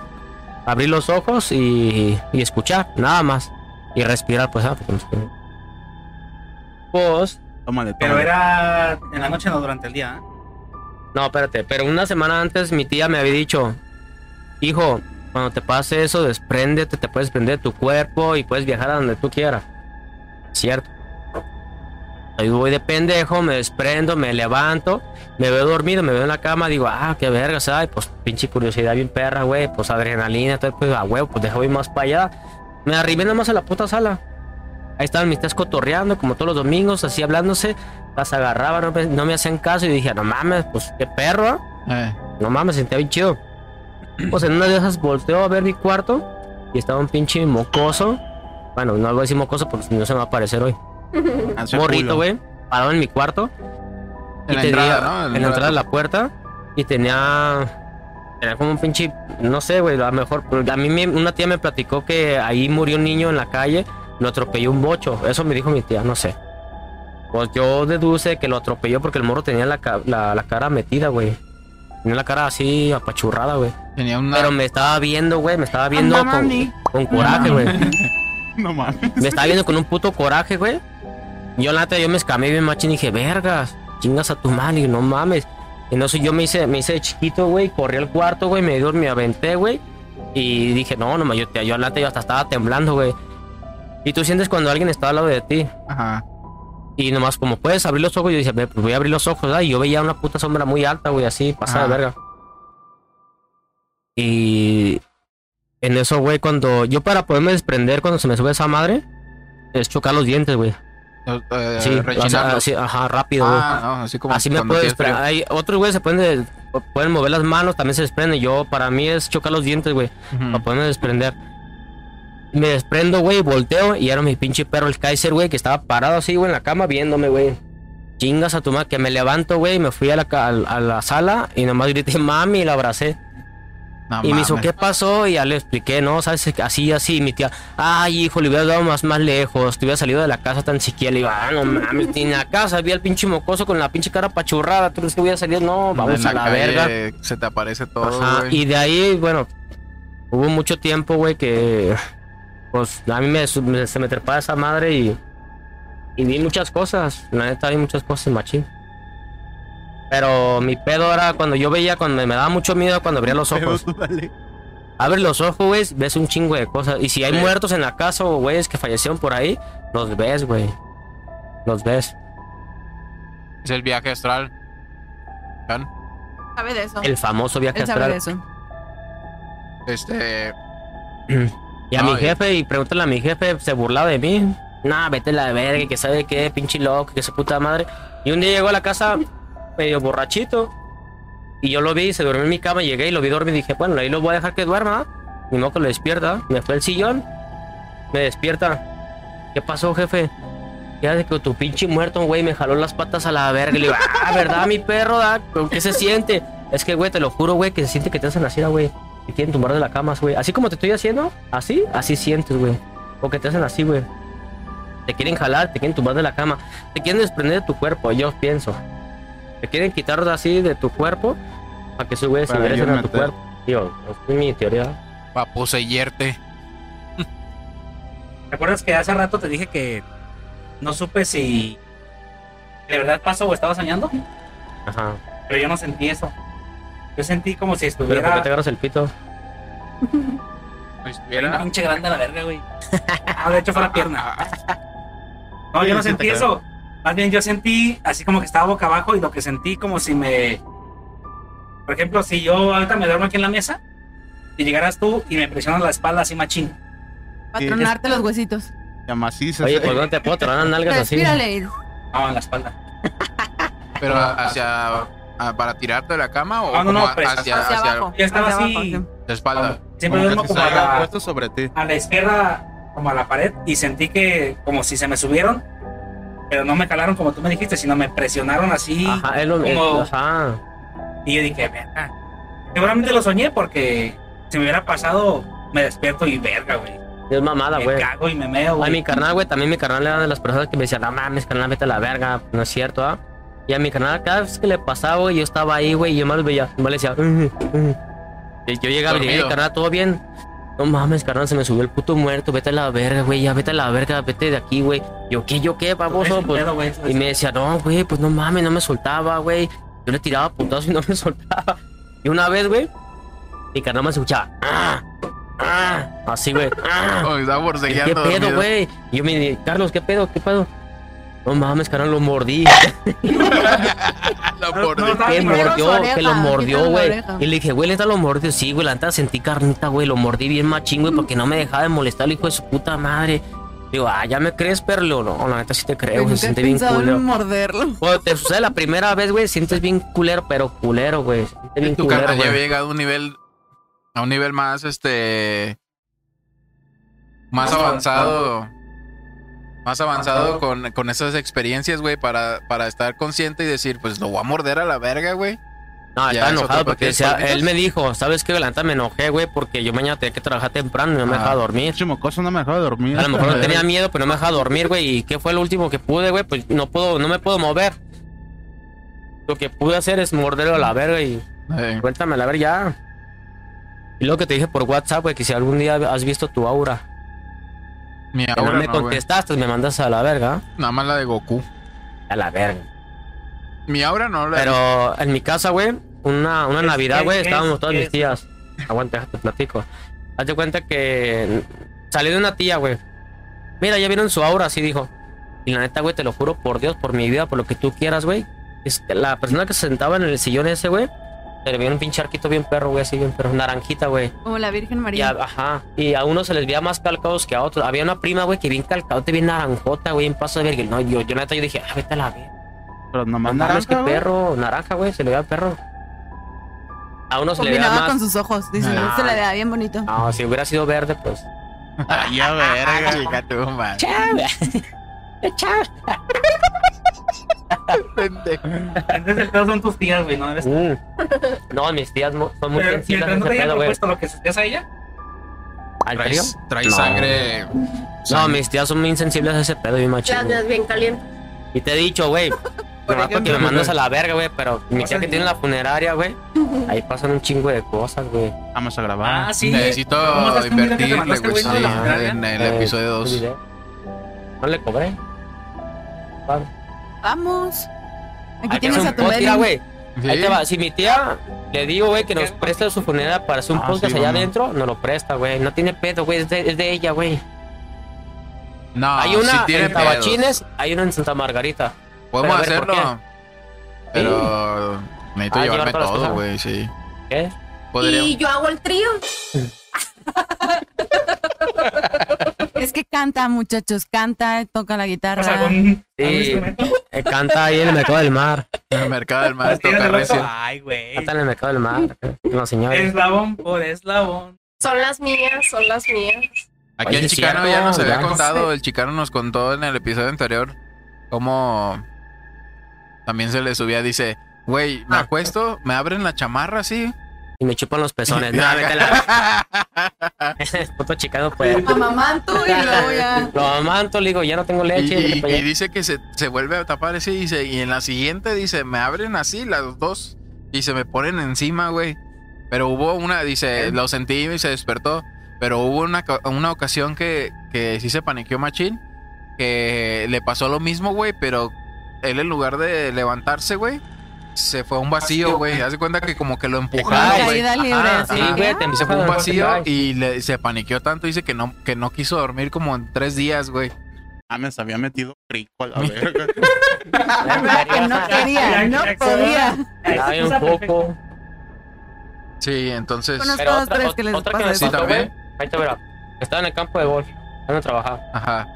Speaker 4: abrir los ojos y, y escuchar, nada más. Y respirar, pues, ah, porque no sé. Pues,
Speaker 5: Tómale, tómale.
Speaker 2: Pero era en la noche, no durante el día. ¿eh?
Speaker 4: no, espérate, pero una semana antes mi tía me había dicho, hijo, cuando te pase eso, despréndete, te puedes desprender de tu cuerpo y puedes viajar a donde tú quieras. Cierto. Ahí voy de pendejo, me desprendo, me levanto, me veo dormido, me veo en la cama, digo, ah, qué verga, ¿sabes? Pues pinche curiosidad bien perra, güey, pues adrenalina, todo, pues a huevo, pues deja voy más para allá. Me arribé nada más a la puta sala. Ahí estaban mis tías cotorreando, como todos los domingos, así hablándose las agarraba, no me, no me hacían caso y dije, no mames, pues qué perro, ¿ah?
Speaker 1: Eh,
Speaker 4: no mames, sentía bien chido. Pues en una de esas volteo a ver mi cuarto y estaba un pinche mocoso. Bueno, no voy a decir mocoso porque no se me va a aparecer hoy.
Speaker 5: Hace
Speaker 4: Morrito,
Speaker 5: culo.
Speaker 4: güey, parado en mi cuarto.
Speaker 1: en la
Speaker 4: tenía-
Speaker 1: entrada, ¿no?
Speaker 4: en la entrada de la puerta y tenía Era como un pinche, no sé, güey, a lo mejor. A mí me- una tía me platicó que ahí murió un niño en la calle, lo atropelló un bocho. Eso me dijo mi tía, no sé. Pues yo deduce que lo atropelló porque el morro tenía la, ca- la- la cara metida, güey. Tenía la cara así apachurrada, güey.
Speaker 1: Tenía una.
Speaker 4: Pero me estaba viendo, güey, me estaba viendo
Speaker 3: Anda,
Speaker 4: con,
Speaker 3: mami.
Speaker 4: con coraje, güey.
Speaker 5: No mames.
Speaker 4: Me estaba viendo con un puto coraje, güey. Yo la neta, yo me escamé bien machín y dije, vergas, chingas a tu madre, y no mames. Entonces yo me hice, me hice chiquito, güey, corrí al cuarto, güey, me dormí, me aventé, güey. Y dije, no, no, ma, yo, te- yo la neta, yo hasta estaba temblando, güey. Y tú sientes cuando alguien está al lado de ti.
Speaker 1: Ajá.
Speaker 4: Y nomás como puedes abrir los ojos, yo dije, "Ve, pues voy a abrir los ojos, ¿verdad? Y yo veía una puta sombra muy alta, güey, así, pasada de
Speaker 1: Ajá.
Speaker 4: verga. Y en eso, güey, cuando yo para poderme desprender cuando se me sube esa madre, es chocar los dientes, güey.
Speaker 1: No, eh,
Speaker 4: Sí, o sea,
Speaker 1: rechinarlo.
Speaker 4: así, ajá, rápido, güey.
Speaker 1: Ah, no, así como.
Speaker 4: así me
Speaker 1: cuando
Speaker 4: puedo
Speaker 1: tienes frío.
Speaker 4: desprender. Hay otros, güey, se pueden, des- pueden mover las manos, también se desprenden. Yo, para mí es chocar los dientes, güey para
Speaker 1: Ujú.
Speaker 4: poderme desprender. Me desprendo, güey, volteo y era mi pinche perro, el Kaiser, güey, que estaba parado así, güey, en la cama viéndome, güey. Chingas a tu madre, que me levanto, güey, y me fui a la, ca- a la sala y nomás grité, mami, y la abracé.
Speaker 1: No
Speaker 4: y me hizo,
Speaker 1: mames.
Speaker 4: ¿qué pasó? Y ya le expliqué, no, sabes, así, así, y mi tía, ay, hijo, le hubiera dado más, más lejos, te hubiera salido de la casa tan siquiera, le digo, ah, no mames, ni en la casa, vi al pinche mocoso con la pinche cara pachurrada, tú crees que voy a salir, no, vamos
Speaker 1: En
Speaker 4: a la
Speaker 1: calle
Speaker 4: verga.
Speaker 1: Se te aparece todo.
Speaker 4: Ajá,
Speaker 1: güey.
Speaker 4: y de ahí, bueno, hubo mucho tiempo, güey, que pues a mí me, su- me- se me trepaba esa madre y, y vi muchas cosas, la neta vi muchas cosas, machín. Pero mi pedo era cuando yo veía, cuando me, me daba mucho miedo cuando abría los
Speaker 5: Pero
Speaker 4: ojos.
Speaker 5: tú [laughs] dale.
Speaker 4: Abre los ojos, güey, ves un chingo de cosas. Y si hay
Speaker 1: Sí.
Speaker 4: muertos en la casa o güeyes que fallecieron por ahí, los ves, güey. Los ves.
Speaker 1: Es el viaje astral. ¿Vean?
Speaker 3: Sabe de eso.
Speaker 4: El famoso viaje
Speaker 3: Él sabe de
Speaker 4: astral.
Speaker 3: eso.
Speaker 1: Este.
Speaker 4: Y a
Speaker 1: No,
Speaker 4: mi
Speaker 1: y-
Speaker 4: jefe, y pregúntale a mi jefe, se burlaba de mí. Nah, vete a la verga, que sabe qué, pinche loco, que su puta madre. Y un día llegó a la casa medio borrachito. Y yo lo vi, se durmió en mi cama, llegué y lo vi dormir. Dije, bueno, ahí lo voy a dejar que duerma. Ni modo que lo despierta. Me fue al sillón, me despierta. ¿Qué pasó, jefe? Ya de que tu pinche muerto, güey, me jaló las patas a la verga. Y le digo, ah, ¿verdad, mi perro? da? ¿Con qué se siente? Es que, güey, te lo juro, güey, que se siente que te hacen así, da, güey. Te quieren tumbar de la cama, güey. Así como te estoy haciendo, así, así sientes, güey. O que te hacen así, güey. Te quieren jalar, te quieren tumbar de la cama. Te quieren desprender de tu cuerpo, yo pienso. Te quieren quitar así de tu cuerpo para que esos güeyes se
Speaker 5: Para
Speaker 4: ingresen
Speaker 5: ellos
Speaker 4: a tu
Speaker 5: meter.
Speaker 4: cuerpo. Tío, es mi teoría.
Speaker 1: Para poseyerte.
Speaker 2: ¿Te acuerdas que hace rato te dije que no supe si de verdad pasó o estaba soñando?
Speaker 4: Ajá.
Speaker 2: Pero yo no sentí eso. Yo sentí como si
Speaker 4: Pero ¿por qué
Speaker 2: estuviera
Speaker 4: te agarras el pito?
Speaker 2: un pinche grande a la verga, güey. Ah, de hecho fue
Speaker 5: [laughs]
Speaker 2: la pierna. No, yo no
Speaker 5: Sí, sí
Speaker 2: sentí
Speaker 5: te creo.
Speaker 2: eso. Más bien yo sentí así como que estaba boca abajo y lo que sentí como si me... Por ejemplo, si yo ahorita me duermo aquí en la mesa y llegaras tú y me presionas la espalda así machín.
Speaker 3: Patronarte los huesitos.
Speaker 5: Ya macizas.
Speaker 4: Oye,
Speaker 5: eh.
Speaker 4: ¿por qué no te puedo tronar nalgas así?
Speaker 3: Respírale. y-
Speaker 2: No, en la espalda.
Speaker 1: Pero
Speaker 4: Ah,
Speaker 1: hacia. a- ¿Para tirarte de la cama o
Speaker 2: Ah, no, no,
Speaker 1: como
Speaker 2: pues,
Speaker 1: hacia,
Speaker 3: Hacia
Speaker 1: hacia
Speaker 3: abajo.
Speaker 2: Yo estaba
Speaker 3: hacia
Speaker 2: así.
Speaker 3: abajo, sí.
Speaker 1: la espalda?
Speaker 2: Siempre
Speaker 5: Como
Speaker 2: duermo
Speaker 5: que se pues.
Speaker 2: como a
Speaker 5: haya
Speaker 2: la,
Speaker 5: puesto sobre ti.
Speaker 2: a la izquierda, como a la pared, y sentí que como si se me subieron, pero no me calaron como tú me dijiste, sino me presionaron así.
Speaker 4: Ajá, es lo
Speaker 2: Como-
Speaker 4: mismo. Ajá.
Speaker 2: Y yo dije, verga. Seguramente lo soñé porque si me hubiera pasado, me despierto y verga, güey.
Speaker 4: Es mamada,
Speaker 2: me
Speaker 4: Ah, güey.
Speaker 2: cago y me meo,
Speaker 4: A
Speaker 2: güey.
Speaker 4: mi carnal, güey, también mi carnal era de las personas que me decían, no mames, carnal, vete a la verga, no es cierto, ¿ah? Y a mi carnal, cada vez que le pasaba, güey, yo estaba ahí, güey, y yo más lo veía, más le decía, "Ujú, ujú". Y yo llegaba y le
Speaker 1: Dormido.
Speaker 4: decía, carnal, todo bien. No mames, carnal, se me subió el puto muerto, vete a la verga, güey, ya vete a la verga, vete de aquí, güey. Yo, ¿qué, yo qué,
Speaker 2: Ese
Speaker 4: baboso? Pues,
Speaker 2: pedo, güey,
Speaker 4: Y me decía, no, güey, pues no mames, no me soltaba, güey. Yo le tiraba putazo y no me [laughs] soltaba. Y una vez, güey, mi carnal me escuchaba, ah, ah, así, güey, ah.
Speaker 1: [laughs] Oh, está
Speaker 4: Y, ¿Qué
Speaker 1: forcejeando
Speaker 4: pedo,
Speaker 1: dormido.
Speaker 4: güey? Y Yo me dije, Carlos, ¿qué pedo? ¿Qué pedo? No mames, carnal,
Speaker 3: [laughs]
Speaker 4: lo mordí.
Speaker 1: La
Speaker 2: No,
Speaker 1: mordí.
Speaker 2: no, no.
Speaker 4: Que
Speaker 2: quitaron
Speaker 4: mordió,
Speaker 3: su oreja,
Speaker 4: que lo mordió,
Speaker 3: quitaron la
Speaker 4: güey.
Speaker 3: oreja.
Speaker 4: Y le dije, güey, neta lo mordió. Sí, güey, la neta sentí carnita, güey. Lo mordí bien machín, güey, porque no me dejaba de molestar al hijo de su puta madre. Digo, ah, ya me crees, pero Leo, no, la neta sí te
Speaker 3: Nunca
Speaker 4: creo, Eh, güey,
Speaker 3: he
Speaker 4: se siente bien
Speaker 3: pensado en
Speaker 4: culero.
Speaker 3: morderlo.
Speaker 4: Cuando te sucede la primera vez, güey, sientes bien culero, pero culero, güey. se siente bien
Speaker 1: tu carnal
Speaker 4: culero,
Speaker 1: ya había
Speaker 4: güey.
Speaker 1: llegado a un nivel. A un nivel más, este. Más avanzado. Más avanzado con, con esas experiencias, güey, para, para estar consciente y decir, pues lo voy a morder a la verga, güey. Ya,
Speaker 4: No, estaba
Speaker 1: es otro
Speaker 4: enojado
Speaker 1: paquete
Speaker 4: porque
Speaker 1: de
Speaker 4: decía,
Speaker 1: palomitas.
Speaker 4: él me dijo, ¿sabes qué? La neta me enojé, güey, porque yo mañana tenía que trabajar temprano y no me
Speaker 5: Ah.
Speaker 4: dejaba dormir.
Speaker 5: Pinche mocoso no me dejaba dormir.
Speaker 4: A lo mejor no tenía miedo, pero no me dejaba dormir, güey. ¿Y qué fue lo último que pude, güey? Pues no puedo, no me puedo mover. Lo que pude hacer es morderlo a la verga y
Speaker 1: Eh,
Speaker 4: cuéntame a la verga ya. Y lo que te dije por WhatsApp, güey, que si algún día has visto tu aura,
Speaker 1: mi
Speaker 4: que
Speaker 1: aura
Speaker 4: no me
Speaker 1: no, güey.
Speaker 4: contestaste, me mandas a la verga. ¿eh?
Speaker 1: Nada más la de Goku.
Speaker 4: A la verga.
Speaker 1: Mi aura no la
Speaker 4: Pero en mi casa, güey, una, una
Speaker 2: ¿Qué es-
Speaker 4: Navidad,
Speaker 2: qué-
Speaker 4: güey,
Speaker 2: qué
Speaker 4: estábamos
Speaker 2: es-
Speaker 4: todas
Speaker 2: qué
Speaker 4: mis
Speaker 2: es?
Speaker 4: tías. Aguanta, déjate, platico. Hazte cuenta que salió de una tía, güey. Mira, ya vieron su aura, así dijo. Y la neta, güey, te lo juro por Dios, por mi vida, por lo que tú quieras, güey. es- La persona que se sentaba en el sillón ese, güey, se le vio un pinche arquito bien perro, güey, así bien perro, naranjita, güey.
Speaker 3: Como la Virgen
Speaker 4: Y
Speaker 3: María.
Speaker 4: a, ajá, y a uno se les veía más calcados que a otros. Había una prima, güey, que bien calcadote, bien naranjota, güey, en paso de verga. No, yo, yo neta, yo dije, ah, vete a la verga.
Speaker 5: Pero nomás
Speaker 4: No mames,
Speaker 5: naranja,
Speaker 4: qué
Speaker 5: güey.
Speaker 4: perro, naranja, güey, se le ve al perro. A uno se le ve
Speaker 3: Combinaba con
Speaker 4: más.
Speaker 3: sus ojos. Dicen,
Speaker 4: Ah.
Speaker 3: se le veía bien bonito.
Speaker 4: No, si hubiera sido verde, pues.
Speaker 1: Ay, ya verga, chica, tu madre.
Speaker 4: [laughs] Chave. Chave.
Speaker 1: Pendejo.
Speaker 2: [laughs] Entonces el pedo son tus tías, güey, no eres
Speaker 4: Mm. No, mis tías mo- son muy
Speaker 2: Pero
Speaker 4: sensibles a
Speaker 2: mientras no
Speaker 4: ese
Speaker 2: te haya
Speaker 4: pedo, güey.
Speaker 2: propuesto lo que sentías a ella,
Speaker 4: ¿Al
Speaker 1: Trae,
Speaker 4: frío?
Speaker 1: trae
Speaker 4: No.
Speaker 1: sangre.
Speaker 4: No,
Speaker 1: sangre.
Speaker 4: mis tías son muy insensibles a ese pedo, bien machín.
Speaker 6: Las mías bien calientes.
Speaker 4: Y te he
Speaker 3: [laughs]
Speaker 4: dicho, güey.
Speaker 2: pues,
Speaker 3: Por
Speaker 4: nomás porque
Speaker 3: ejemplo.
Speaker 4: me mandas a la verga, güey, pero mi tía
Speaker 2: O sea,
Speaker 4: que
Speaker 2: sí.
Speaker 4: tiene la funeraria,
Speaker 3: [laughs]
Speaker 4: güey, ahí pasan un chingo de cosas, güey.
Speaker 5: Vamos a grabar.
Speaker 2: ah, sí. ¿Cómo estás
Speaker 1: Necesito
Speaker 2: tú, mira que te
Speaker 1: invertirle,
Speaker 2: mandaste,
Speaker 1: güey,
Speaker 2: güey,
Speaker 1: sí,
Speaker 2: no, la funeraria?
Speaker 1: en el
Speaker 4: Eh,
Speaker 1: episodio 2.
Speaker 4: No le cobré. Vale.
Speaker 3: Vamos. Aquí
Speaker 4: Ahí te
Speaker 3: tienes
Speaker 4: va
Speaker 3: a
Speaker 4: un
Speaker 3: tu
Speaker 4: post, mira,
Speaker 3: Mary.
Speaker 4: güey. Ahí te va. Si mi tía le digo, güey, que nos
Speaker 2: ¿Qué?
Speaker 4: presta su funeraria para hacer un
Speaker 5: Ah,
Speaker 4: podcast
Speaker 5: sí,
Speaker 4: allá
Speaker 5: mamá.
Speaker 4: adentro, nos lo presta, güey. No tiene pedo, güey. Es de, es de ella, güey.
Speaker 1: No,
Speaker 4: hay una
Speaker 1: Ah, sí tiene
Speaker 4: en Tabachines,
Speaker 1: pedos.
Speaker 4: hay una en Santa Margarita.
Speaker 1: Podemos
Speaker 4: Pero a ver, ¿por
Speaker 1: hacerlo. Pero necesito
Speaker 4: Ah,
Speaker 1: llevarme
Speaker 4: llevar todas las
Speaker 1: todo,
Speaker 4: cosas.
Speaker 1: güey, sí.
Speaker 4: ¿Qué?
Speaker 1: [laughs] Podría.
Speaker 6: Y yo hago el trío.
Speaker 3: Es que canta, muchachos. Canta, toca la
Speaker 2: O sea,
Speaker 3: guitarra.
Speaker 2: con un
Speaker 4: Sí.
Speaker 2: instrumento.
Speaker 4: Eh, canta ahí en el Mercado del Mar.
Speaker 1: En el mercado del mar
Speaker 2: Las tiras
Speaker 1: toca
Speaker 2: del otro.
Speaker 1: recio.
Speaker 2: Ay,
Speaker 4: [laughs]
Speaker 2: güey.
Speaker 4: Canta en el Mercado del Mar. eh, Los señores.
Speaker 2: Eslabón por eslabón.
Speaker 6: Son las mías, son las mías.
Speaker 1: Aquí
Speaker 4: Oye,
Speaker 1: el
Speaker 4: es
Speaker 1: chicano
Speaker 4: cierto,
Speaker 1: ya nos había
Speaker 4: ya.
Speaker 1: contado, el chicano nos contó en el episodio anterior cómo también se le subía, dice, güey, me
Speaker 4: Ah.
Speaker 1: acuesto, me abren la chamarra así.
Speaker 4: Y me chupan los
Speaker 1: [laughs]
Speaker 4: pezones. Nah, vete a la. [laughs] Puto chicano, pues.
Speaker 3: Mamamanto y luego ya.
Speaker 4: [laughs] Lo amanto, le digo, ya no tengo
Speaker 1: Y,
Speaker 4: leche.
Speaker 1: y-
Speaker 4: vete pa' allá.
Speaker 1: y dice que se, se vuelve a tapar ese dice, y en la siguiente dice, me abren así las dos y se me ponen encima, güey. Pero hubo una, dice, lo sentí y se despertó, pero hubo una, ca- una ocasión que, que sí se paniqueó machín, que le pasó lo mismo, güey, pero él en lugar de levantarse, güey, se fue a un vacío, güey. Haz de cuenta que como que lo empujaron,
Speaker 4: Claro,
Speaker 1: güey.
Speaker 3: Caída libre.
Speaker 4: Ajá,
Speaker 3: así
Speaker 4: sí,
Speaker 3: de que,
Speaker 4: güey, te
Speaker 1: Se
Speaker 4: empieza
Speaker 1: fue a un
Speaker 4: con el
Speaker 1: vacío
Speaker 4: corte, ay.
Speaker 1: y le- se paniqueó tanto, dice que no, que no quiso dormir como en tres días, güey.
Speaker 5: Ah, me había metido rico
Speaker 3: [laughs]
Speaker 5: a la verga.
Speaker 3: ah,
Speaker 4: pues,
Speaker 3: ¿verdad que [laughs] no quería, no podía.
Speaker 4: Ay, un poco.
Speaker 1: Sí, entonces...
Speaker 3: Conozco
Speaker 4: Pero
Speaker 3: dos,
Speaker 4: otra,
Speaker 3: tres que les
Speaker 4: otra que
Speaker 3: pasa
Speaker 4: me
Speaker 3: eso.
Speaker 1: Sí,
Speaker 4: pasó,
Speaker 1: también.
Speaker 4: güey. Ahí te verá. Estaba en el campo de golf. Ando a trabajar.
Speaker 1: Ajá.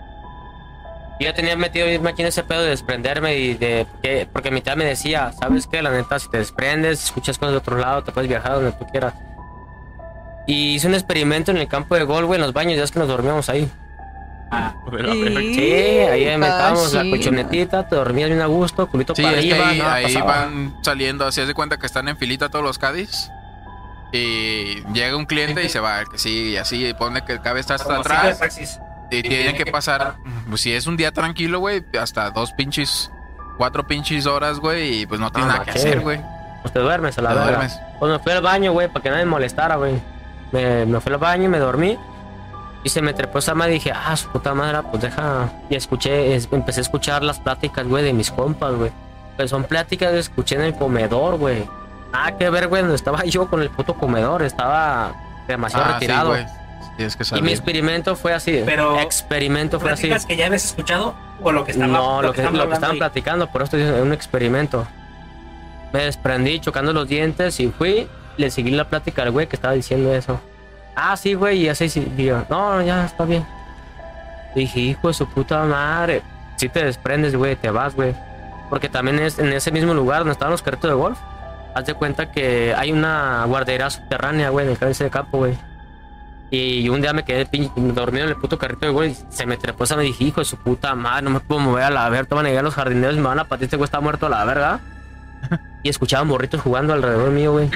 Speaker 4: Y Yo tenía metido irme aquí en ese pedo de desprenderme y de que, porque mi tía me decía, ¿sabes qué? La neta, si te desprendes, escuchas cosas de otro lado, te puedes viajar donde tú quieras. Y hice un experimento en el campo de gol, güey, en los baños, ya es que nos dormíamos ahí.
Speaker 3: Sí,
Speaker 4: Sí, ahí inventábamos la
Speaker 3: sí.
Speaker 4: colchonetita, te dormías bien a gusto, culito
Speaker 1: Sí,
Speaker 4: para
Speaker 1: es que
Speaker 4: arriba,
Speaker 1: ahí,
Speaker 4: nada
Speaker 1: ahí
Speaker 4: pasaba.
Speaker 1: van saliendo, así haz de cuenta que están en filita todos los Cádiz. Y llega un cliente y se va, el que sí, y así, y pone que el cabe está hasta atrás. Y tienen que pasar, pues si es un día tranquilo, güey, hasta dos pinches, cuatro pinches horas, güey, y pues no tienes
Speaker 4: Ah,
Speaker 1: nada que
Speaker 4: sí.
Speaker 1: hacer, güey.
Speaker 4: Pues te duermes a la
Speaker 1: Te
Speaker 4: verga.
Speaker 1: duermes.
Speaker 4: Pues me fui al baño, güey, para que nadie me molestara, güey. Me, me fui al baño, me dormí. Y se me trepó esa madre y dije, ah, su puta madre, pues deja. Y escuché, es- empecé a escuchar las pláticas, güey, de mis compas, güey. Pues son pláticas que escuché en el comedor, güey. Nada que ver, güey, donde estaba [laughs] yo con el puto comedor. Estaba demasiado
Speaker 1: Ah, sí,
Speaker 4: retirado.
Speaker 1: güey. Tienes que
Speaker 4: y mi
Speaker 1: salir.
Speaker 4: experimento fue así.
Speaker 2: Pero-
Speaker 4: experimento fue así.
Speaker 2: ¿Prácticas que ya habías escuchado o lo que estaba
Speaker 4: No, lo que,
Speaker 2: estaba
Speaker 4: lo que estaban
Speaker 2: hablando ahí?
Speaker 4: platicando, por esto es un experimento. Me desprendí chocando los dientes y fui, le seguí la plática al güey que estaba diciendo eso. Ah, sí, güey, y así sí, digo, no, ya está bien. Dije, hijo de su puta madre, si te desprendes, güey, te vas, güey. Porque también es en ese mismo lugar donde estaban los carretos de golf. Haz de cuenta que hay una guardería subterránea, güey, en el cabeza de campo, güey. Y un día me quedé pin- dormido en el puto carrito de güey. Se me trepó esa, me dije, hijo de su puta madre, no me puedo mover a la verga. Te van a llegar los jardineros y me van a patear. Este güey está muerto a la verga. y escuchaba morritos jugando alrededor mío, güey.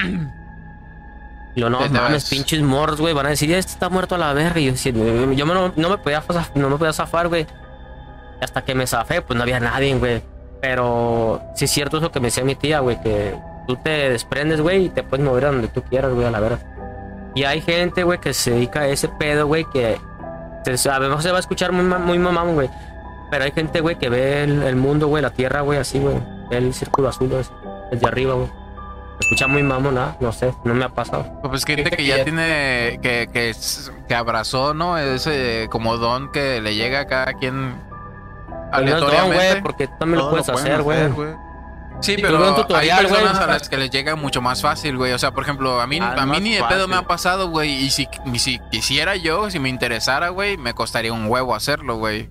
Speaker 4: Y Yo, no
Speaker 1: Te
Speaker 4: mames,
Speaker 1: estabas-
Speaker 4: pinches morros, güey. Van a decir, este está muerto a la verga. Y yo, sí, no- yo me- no, no me podía, zaf- no me podía zafar, güey. Hasta que me zafé, pues no había nadie, güey. Pero sí es cierto eso que me decía mi tía, güey, que tú te desprendes, güey, y te puedes mover a donde tú quieras, güey, a la verga. Y hay gente, güey, que se dedica a ese pedo, güey, que se- a lo mejor se va a escuchar muy, ma- muy mamón, güey. Pero hay gente, güey, que ve el, el mundo, güey, la tierra, güey, así, güey. Ve El círculo azul, güey, así, desde arriba, güey. Se Escucha muy mamón, nada, no sé, no me ha pasado.
Speaker 1: Pues gente que ya tiene, que, que, es- que abrazó, ¿no? Ese como don que le llega a cada quien
Speaker 4: Pero no es don,
Speaker 1: aleatoriamente.
Speaker 4: güey, porque tú también lo
Speaker 5: Todo
Speaker 4: puedes
Speaker 5: pueden
Speaker 4: hacer, güey.
Speaker 1: sí,
Speaker 4: sí,
Speaker 1: pero
Speaker 4: pero ve un tutorial,
Speaker 1: hay personas
Speaker 4: güey.
Speaker 1: a las que les llega mucho más fácil, güey. O sea, por ejemplo, a mí,
Speaker 5: Ah,
Speaker 1: a mí
Speaker 5: más
Speaker 1: ni de pedo
Speaker 5: fácil.
Speaker 1: me ha pasado, güey. Y si, ni si quisiera yo, si me interesara, güey, me costaría un huevo hacerlo, güey.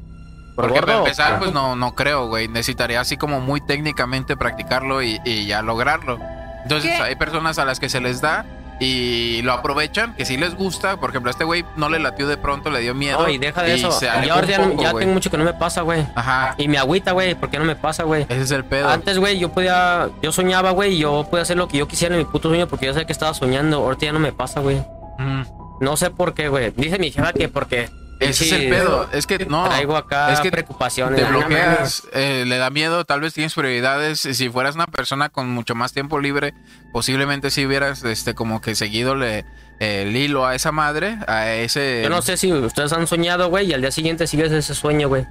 Speaker 4: ¿Por
Speaker 1: Porque para
Speaker 4: gordo?
Speaker 1: empezar, pues no, no creo, güey. Necesitaría así como muy técnicamente practicarlo y, y ya lograrlo. Entonces
Speaker 6: ¿Qué?
Speaker 1: hay personas a las que se les da y lo aprovechan, que sí les gusta. Por ejemplo, a este güey no le latió de pronto, le dio miedo.
Speaker 4: No, y deja de eso.
Speaker 1: se
Speaker 4: Ya,
Speaker 1: alejó
Speaker 4: ahorita ya,
Speaker 1: un poco,
Speaker 4: ya
Speaker 1: güey.
Speaker 4: tengo mucho que no me pasa, güey.
Speaker 1: Ajá,
Speaker 4: Y me agüita, güey, ¿por qué no me pasa, güey?
Speaker 1: ese es el pedo.
Speaker 4: Antes, güey, yo podía, yo soñaba, güey, y yo podía hacer lo que yo quisiera en mi puto sueño porque yo sabía que estaba soñando. Ahorita ya no me pasa, güey.
Speaker 1: Mm.
Speaker 4: No sé por qué, güey. Dice mi jefa que porque
Speaker 1: Ese es
Speaker 4: pinche-
Speaker 1: el pedo. Es que no.
Speaker 4: traigo acá
Speaker 1: es que
Speaker 4: preocupaciones.
Speaker 1: Te
Speaker 4: Ah, no
Speaker 1: bloqueas, eh, le da miedo, tal vez tienes prioridades. y Si fueras una persona con mucho más tiempo libre, posiblemente si hubieras este, como que seguido le, el hilo a esa madre, a ese...
Speaker 4: Yo no sé si ustedes han soñado, güey, y al día siguiente sigues ese sueño, güey.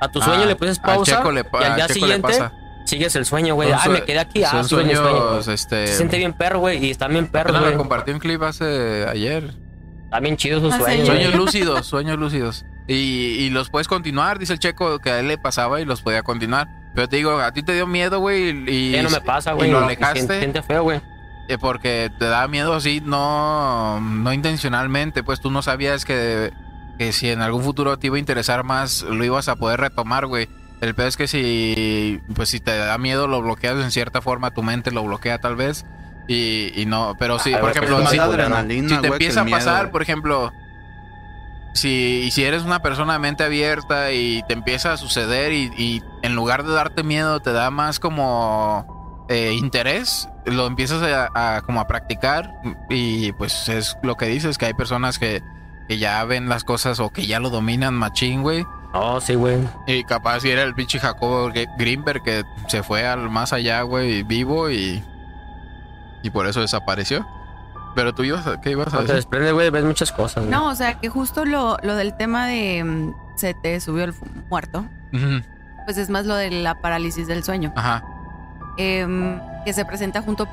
Speaker 4: A tu sueño
Speaker 1: Ah,
Speaker 4: le pones
Speaker 1: al
Speaker 4: pausa
Speaker 1: Checo le pa-
Speaker 4: y al
Speaker 1: al
Speaker 4: día
Speaker 1: Checo le
Speaker 4: siguiente
Speaker 1: pasa.
Speaker 4: sigues el sueño, güey.
Speaker 1: Son
Speaker 4: Ah,
Speaker 1: sue-
Speaker 4: me quedé aquí. Ah,
Speaker 1: Son
Speaker 4: sueño,
Speaker 1: sueños,
Speaker 4: sueño.
Speaker 1: este...
Speaker 4: Se siente bien perro, güey, y están bien perros,
Speaker 1: apenas me
Speaker 4: güey.
Speaker 1: compartí un clip hace ayer.
Speaker 4: Están bien chidos sus
Speaker 3: Ah,
Speaker 4: sueños.
Speaker 3: sí.
Speaker 4: güey.
Speaker 1: Sueños lúcidos, sueños lúcidos. Y, y los puedes continuar, dice el Checo, que a él le pasaba y los podía continuar. Pero te digo, a ti te dio miedo, güey, y...
Speaker 4: Ya no me pasa, güey.
Speaker 1: y lo
Speaker 4: no,
Speaker 1: alejaste.
Speaker 4: siente- siente feo, güey.
Speaker 1: Eh, porque te da miedo así, no, no intencionalmente, pues tú no sabías que, que si en algún futuro te iba a interesar más, lo ibas a poder retomar, güey. El peor es que si, pues si te da miedo, lo bloqueas en cierta forma, tu mente lo bloquea tal vez, y, y no, pero sí,
Speaker 4: Ay,
Speaker 1: por
Speaker 4: güey, Ah,
Speaker 5: pues,
Speaker 4: pero
Speaker 1: ejemplo,
Speaker 4: es
Speaker 1: si,
Speaker 4: más
Speaker 1: si te empieza a pasar, por ejemplo, si, y si eres una persona de mente abierta y te empieza a suceder y, y en lugar de darte miedo te da más como eh, interés, lo empiezas a, a como a practicar y pues es lo que dices, que hay personas que, que ya ven las cosas o que ya lo dominan machín, güey.
Speaker 4: No, sí, güey.
Speaker 1: Y capaz si era el pinche Jacobo Gr- Grinberg que se fue al más allá, güey, vivo y, y por eso desapareció. Pero tú ibas a, ¿qué ibas a
Speaker 4: Cuando te
Speaker 1: decir?
Speaker 4: desprendes, güey, ves muchas cosas, güey.
Speaker 3: No, o sea, que justo lo, lo del tema de mm, se te subió el fu- muerto,
Speaker 1: Ujú,
Speaker 3: pues es más lo de la parálisis del sueño,
Speaker 1: Ajá.
Speaker 3: em, que se presenta junto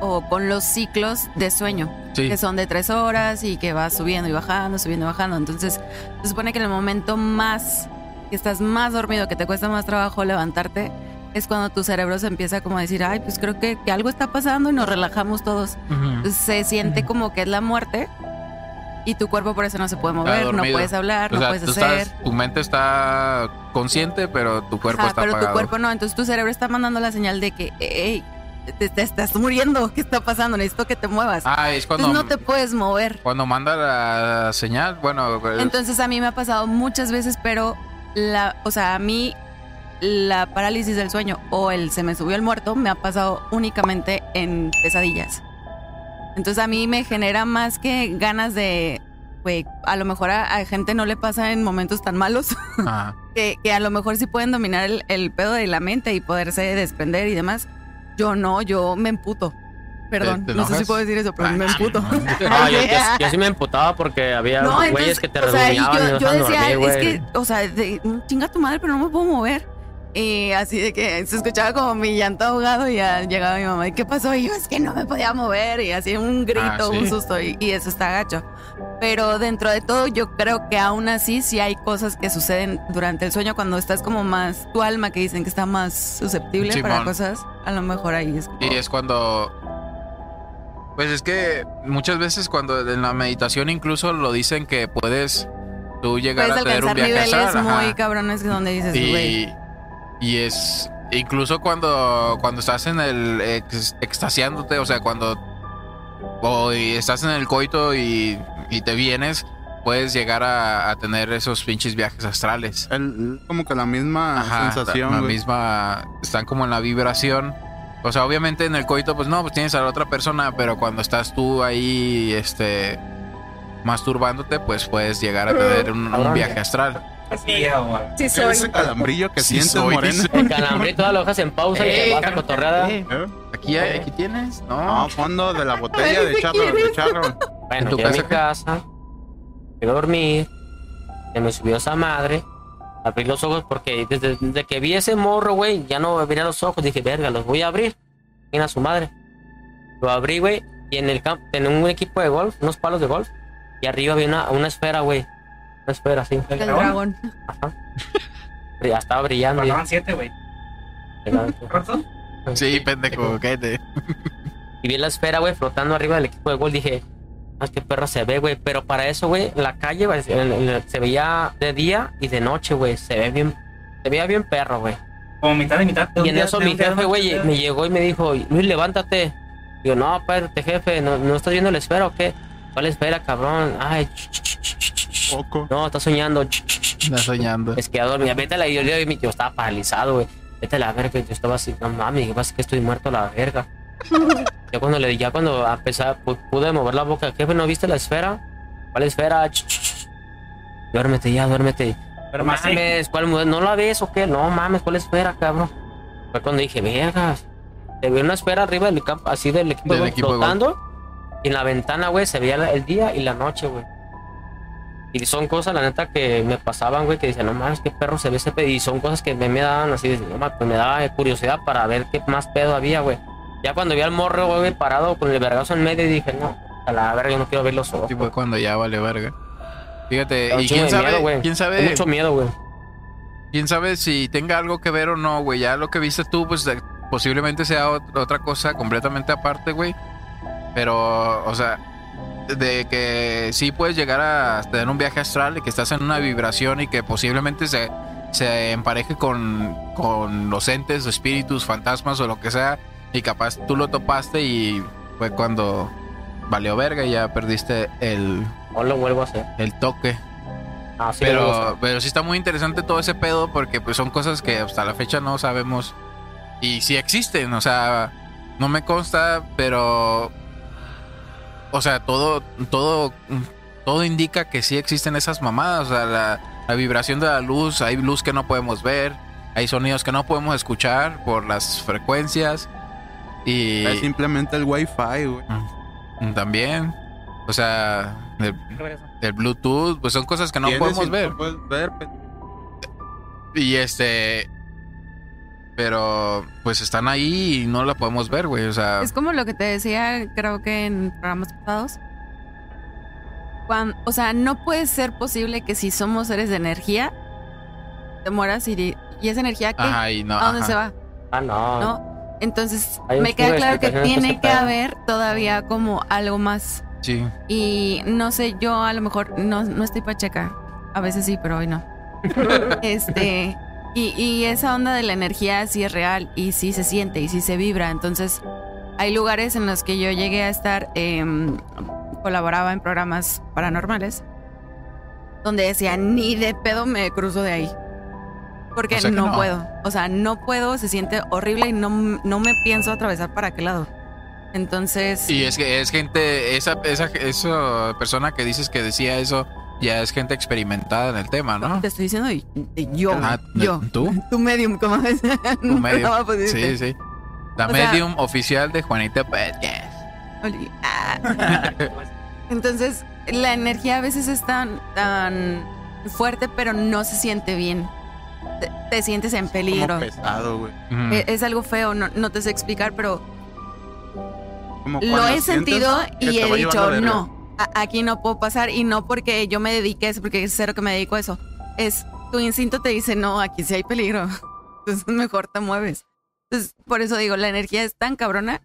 Speaker 3: o con los ciclos de sueño,
Speaker 1: Sí.
Speaker 3: que son de tres horas y que va subiendo y bajando, subiendo y bajando. Entonces, se supone que en el momento más que estás más dormido, que te cuesta más trabajo levantarte, es cuando tu cerebro se empieza como a decir, ay, pues creo que, que algo está pasando y nos relajamos todos.
Speaker 1: Ujú.
Speaker 3: se siente como que es la muerte y tu cuerpo por eso no se puede mover, no
Speaker 1: dormido.
Speaker 3: puedes hablar,
Speaker 1: O sea,
Speaker 3: no puedes
Speaker 1: tú
Speaker 3: hacer.
Speaker 1: estás- tu mente está consciente, pero tu cuerpo
Speaker 3: Ajá,
Speaker 1: está
Speaker 3: pero
Speaker 1: apagado.
Speaker 3: tu cuerpo no, entonces tu cerebro está mandando la señal de que, hey, te, te estás muriendo, ¿qué está pasando? Necesito que te muevas.
Speaker 1: Ah, es cuando,
Speaker 3: entonces no te puedes mover.
Speaker 1: cuando manda la señal, bueno, pues, el-
Speaker 3: Entonces a mí me ha pasado muchas veces, pero la, o sea, a mí la parálisis del sueño o el se me subió el muerto me ha pasado únicamente en pesadillas. Entonces a mí me genera más que ganas de, güey, a lo mejor a, a gente no le pasa en momentos tan malos [laughs]
Speaker 1: ajá.
Speaker 3: que, que a lo mejor sí pueden dominar el, el pedo de la mente y poderse desprender y demás. Yo no, yo me emputo. Perdón,
Speaker 1: te
Speaker 3: no sé si
Speaker 1: enojas?
Speaker 3: puedo decir eso, pero
Speaker 1: Ah,
Speaker 3: me emputo.
Speaker 4: Ah, yo, yo- yo sí me emputaba porque había
Speaker 3: No, entonces,
Speaker 4: güeyes que te
Speaker 3: o sea, y
Speaker 4: reduñaban y
Speaker 3: yo,
Speaker 4: no
Speaker 3: yo
Speaker 4: dejaban
Speaker 3: decía,
Speaker 4: dormir,
Speaker 3: es
Speaker 4: güey.
Speaker 3: que, o sea, de, chinga tu madre, pero no me puedo mover. Y así de que se escuchaba como mi llanto ahogado y ya llegaba mi mamá. ¿Y qué pasó? Y yo, es que no me podía mover. Y así
Speaker 4: Ah,
Speaker 3: un grito,
Speaker 1: sí.
Speaker 3: un susto. Y, y eso está gacho. Pero dentro de todo, yo creo que aún así sí hay cosas que suceden durante el sueño cuando estás como más, tu alma que dicen que está más susceptible para
Speaker 1: Simón.
Speaker 3: cosas. A lo mejor ahí es como...
Speaker 1: Y es cuando. Pues es que muchas veces cuando en la meditación incluso lo dicen que puedes tú llegar
Speaker 3: Puedes
Speaker 1: a tener un
Speaker 3: alcanzar
Speaker 1: viaje
Speaker 3: niveles
Speaker 1: astral, ajá.
Speaker 3: muy cabrones donde dices, güey.
Speaker 1: y, y es incluso cuando cuando estás en el ex- extasiándote, o sea, cuando o y estás en el coito y, y te vienes, puedes llegar a, a tener esos pinches viajes astrales.
Speaker 5: El- como que la misma
Speaker 1: Ajá, la-
Speaker 5: Ah, sensación,
Speaker 1: la
Speaker 5: güey.
Speaker 1: misma están como en la vibración O sea, obviamente en el coito, pues no, pues tienes a la otra persona, pero cuando estás tú ahí, este, masturbándote, pues puedes llegar a tener un, un viaje astral.
Speaker 2: Así, o-
Speaker 6: Sí, soy.
Speaker 5: Ese calambrillo que
Speaker 1: Sí
Speaker 5: sientes,
Speaker 1: soy,
Speaker 5: Morena.
Speaker 1: dice.
Speaker 4: El calambrito de la hojas en pausa y te
Speaker 1: Eh,
Speaker 5: Ey,
Speaker 4: vas a cotorreada.
Speaker 5: [laughs] ¿Eh?
Speaker 1: Aquí, hay- aquí tienes,
Speaker 5: No,
Speaker 1: ¿no?
Speaker 5: fondo de la botella de charro, de charro.
Speaker 4: Bueno,
Speaker 1: ¿En tu
Speaker 4: llegué a mi
Speaker 1: casa qué?
Speaker 4: casa, fui a dormir, se me subió esa madre, abrí los ojos porque desde, desde que vi ese morro, güey, ya no abría los ojos, dije, verga, los voy a abrir, mira su madre. Lo abrí, güey, y en el campo, en un equipo de golf, unos palos de golf, y arriba había una, una esfera, güey, una esfera así,
Speaker 2: el
Speaker 3: El
Speaker 2: dragón.
Speaker 3: dragón.
Speaker 4: ya estaba brillando. ya,
Speaker 2: Faltaban siete, güey.
Speaker 4: llegando.
Speaker 2: ¿Correcto?
Speaker 1: Sí, pendejo,
Speaker 4: [laughs]
Speaker 1: cállate.
Speaker 4: y vi la esfera, güey, flotando arriba del equipo de gol. Dije, ah, qué perro se ve, güey. Pero para eso, güey, la calle güey, se- en- en- se veía de día y de noche, güey. Se ve bien, se veía bien perro, güey.
Speaker 2: Como mitad de mitad. de un
Speaker 4: Y en
Speaker 2: día-
Speaker 4: eso
Speaker 2: de un
Speaker 4: mi
Speaker 2: día a
Speaker 4: jefe,
Speaker 2: otro.
Speaker 4: güey, me llegó y me dijo, Luis, levántate. Digo, no, espérate, jefe, ¿no, no estás viendo la esfera o qué? ¿Cuál esfera, cabrón? Ay, ch, ch, ch, ch, ch, ch.
Speaker 5: Poco.
Speaker 4: no, estás soñando. ch, ch, ch, ch,
Speaker 1: Estás
Speaker 4: ch".
Speaker 1: soñando.
Speaker 4: Es que a dormir, vete a la yo, yo, yo estaba paralizado, güey. Vete a la verga, yo estaba así, no mames, ¿qué pasa? Que estoy muerto a la verga. ya cuando le ya cuando empezaba, pu- pude mover la boca, jefe, ¿no viste la esfera? ¿Cuál esfera? Ch, ch, ch. Duérmete ya, duérmete.
Speaker 2: Pero
Speaker 4: Pero
Speaker 2: más
Speaker 4: mames, ¿cuál mu- ¿No la ves o qué? No mames, ¿cuál esfera, cabrón? Fue cuando dije, vergas. Te veo una esfera arriba del campo, así del equipo,
Speaker 1: Del
Speaker 4: güey,
Speaker 1: equipo de gol.
Speaker 4: flotando. y en la ventana, güey, se veía la- el día y la noche, güey. Y son cosas, la neta, que me pasaban, güey, que dicen, no mames, qué perro se ve ese pedo. Y son cosas que me, me daban así, de- no mames, pues me daba eh, curiosidad para ver qué más pedo había, güey. Ya cuando vi al morro, güey, parado con el vergazo en medio, dije, no, a la verga, yo no quiero ver los ojos.
Speaker 1: Sí, fue cuando ya vale verga. Fíjate,
Speaker 4: Pero
Speaker 1: y
Speaker 4: sí
Speaker 1: quién
Speaker 4: me
Speaker 1: sabe,
Speaker 4: miedo, güey.
Speaker 1: quién
Speaker 4: Hay
Speaker 1: sabe,
Speaker 4: mucho miedo, güey.
Speaker 1: quién sabe si tenga algo que ver o no, güey. Ya lo que viste tú, pues de- posiblemente sea ot- otra cosa completamente aparte, güey. Pero, o sea, de que sí puedes llegar a tener un viaje astral y que estás en una vibración y que posiblemente se, se empareje con, con los entes, o espíritus, fantasmas o lo que sea. Y capaz tú lo topaste y fue cuando valió verga y ya perdiste el,
Speaker 4: No lo vuelvo a hacer.
Speaker 1: el toque.
Speaker 4: Ah, sí, lo vuelvo a hacer.
Speaker 1: Pero, pero sí está muy interesante todo ese pedo porque pues son cosas que hasta la fecha no sabemos y sí existen, o sea, no me consta, pero o sea, todo todo todo indica que sí existen esas mamadas, o sea, la, la vibración de la luz, hay luz que no podemos ver, hay sonidos que no podemos escuchar por las frecuencias y
Speaker 5: Es simplemente el wifi, güey.
Speaker 1: también, o sea, el,
Speaker 2: No
Speaker 1: el Bluetooth, pues son cosas que no
Speaker 5: Tienes y
Speaker 1: podemos ver.
Speaker 5: puedes ver, pe-
Speaker 1: Y este. Pero pues están ahí y no la podemos ver, güey. O sea,
Speaker 3: Es como lo que te decía, creo que en programas pasados. Cuan- o sea, no puede ser posible que si somos seres de energía, te mueras y, di- y esa energía que
Speaker 1: ajá, y no.
Speaker 3: a dónde
Speaker 1: ajá.
Speaker 3: se va,
Speaker 4: Ah, no.
Speaker 3: ¿no? Entonces,
Speaker 4: Hay un
Speaker 3: me queda
Speaker 4: chingo de
Speaker 3: claro que
Speaker 4: explicaciones
Speaker 3: tiene
Speaker 4: para ese
Speaker 3: que
Speaker 4: pedo.
Speaker 3: haber todavía como algo más.
Speaker 1: Sí.
Speaker 3: Y no sé, yo a lo mejor no, no estoy pacheca. A veces sí, pero
Speaker 1: [laughs]
Speaker 3: hoy no. este. Y, y esa onda de la energía sí es real y sí se siente y sí se vibra. Entonces, hay lugares en los que yo llegué a estar, em, colaboraba en programas paranormales, donde decía, ni de pedo me cruzo de ahí. Porque
Speaker 1: O sea que
Speaker 3: no,
Speaker 1: no.
Speaker 3: puedo. O sea, no puedo, se siente horrible y no, no me pienso atravesar para qué lado. Entonces,
Speaker 1: Y es que es gente, esa, esa, esa persona que dices que decía eso, ya es gente experimentada en el tema, ¿no?
Speaker 3: te estoy diciendo y- y yo,
Speaker 1: Ah,
Speaker 3: yo. [laughs]
Speaker 1: ¿Tú?
Speaker 3: Tu medium, como es.
Speaker 1: Tu medium.
Speaker 3: [laughs] No, pues,
Speaker 1: Sí, sí. La
Speaker 3: O sea-
Speaker 1: medium oficial de Juanita Podcast.
Speaker 3: Oli- ah.
Speaker 2: [laughs]
Speaker 3: Entonces, la energía a veces es tan, tan fuerte, pero no se siente bien. Te, te sientes en peligro.
Speaker 5: como pesado, güey.
Speaker 1: Ujú.
Speaker 3: E- Es algo feo, no, no te sé explicar, pero
Speaker 5: Como
Speaker 3: lo
Speaker 5: cuando
Speaker 3: he sentido
Speaker 5: sientes que
Speaker 3: y
Speaker 5: te
Speaker 3: he
Speaker 5: va llevando
Speaker 3: dicho,
Speaker 5: verga.
Speaker 3: no, a- aquí no puedo pasar y no porque yo me dedique a eso, porque es cero que me dedico a eso. Es tu instinto te dice, no, aquí sí hay peligro. [laughs] Entonces mejor te mueves. Entonces, por eso digo, la energía es tan cabrona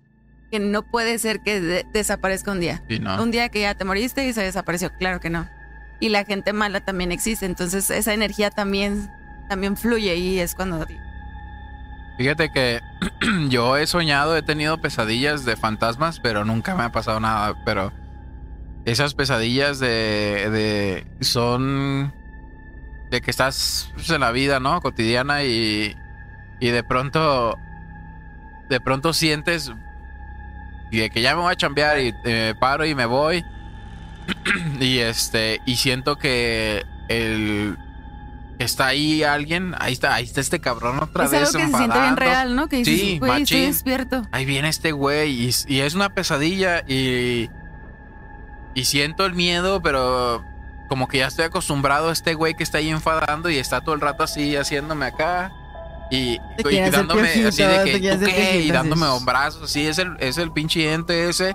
Speaker 3: que no puede ser que de- desaparezca un día.
Speaker 1: Sí, no.
Speaker 3: Un día que ya te moriste y se desapareció, claro que no. Y la gente mala también existe, entonces esa energía también, también fluye y es cuando...
Speaker 1: Fíjate que [clears throat] yo he soñado, he tenido pesadillas de fantasmas, pero nunca me ha pasado nada. Pero esas pesadillas de, de son de que estás pues, en la vida, ¿no? Cotidiana y, y de pronto de pronto sientes y de que ya me voy a chambear y eh, paro y me voy. [clears throat] y este, y siento que el está ahí alguien, ahí está, ahí está este cabrón otra
Speaker 3: es
Speaker 1: vez
Speaker 3: algo que se siente bien
Speaker 1: enfadando.
Speaker 3: real, ¿no? Que dices,
Speaker 1: Sí,
Speaker 3: güey, estoy
Speaker 1: machín.
Speaker 3: despierto.
Speaker 1: Ahí viene este güey y, y es una pesadilla y y siento el miedo, pero como que ya estoy acostumbrado a este güey que está ahí enfadando y está todo el rato así haciéndome acá y,
Speaker 7: Te
Speaker 1: y
Speaker 7: quiere hacer
Speaker 1: dándome así
Speaker 7: piojito,
Speaker 1: de
Speaker 7: te
Speaker 1: que
Speaker 7: quiere
Speaker 1: "¿Tú qué?",
Speaker 7: hacer
Speaker 1: y
Speaker 7: piojito, así.
Speaker 1: dándome hombrazos, así es el es el pinche ente ese.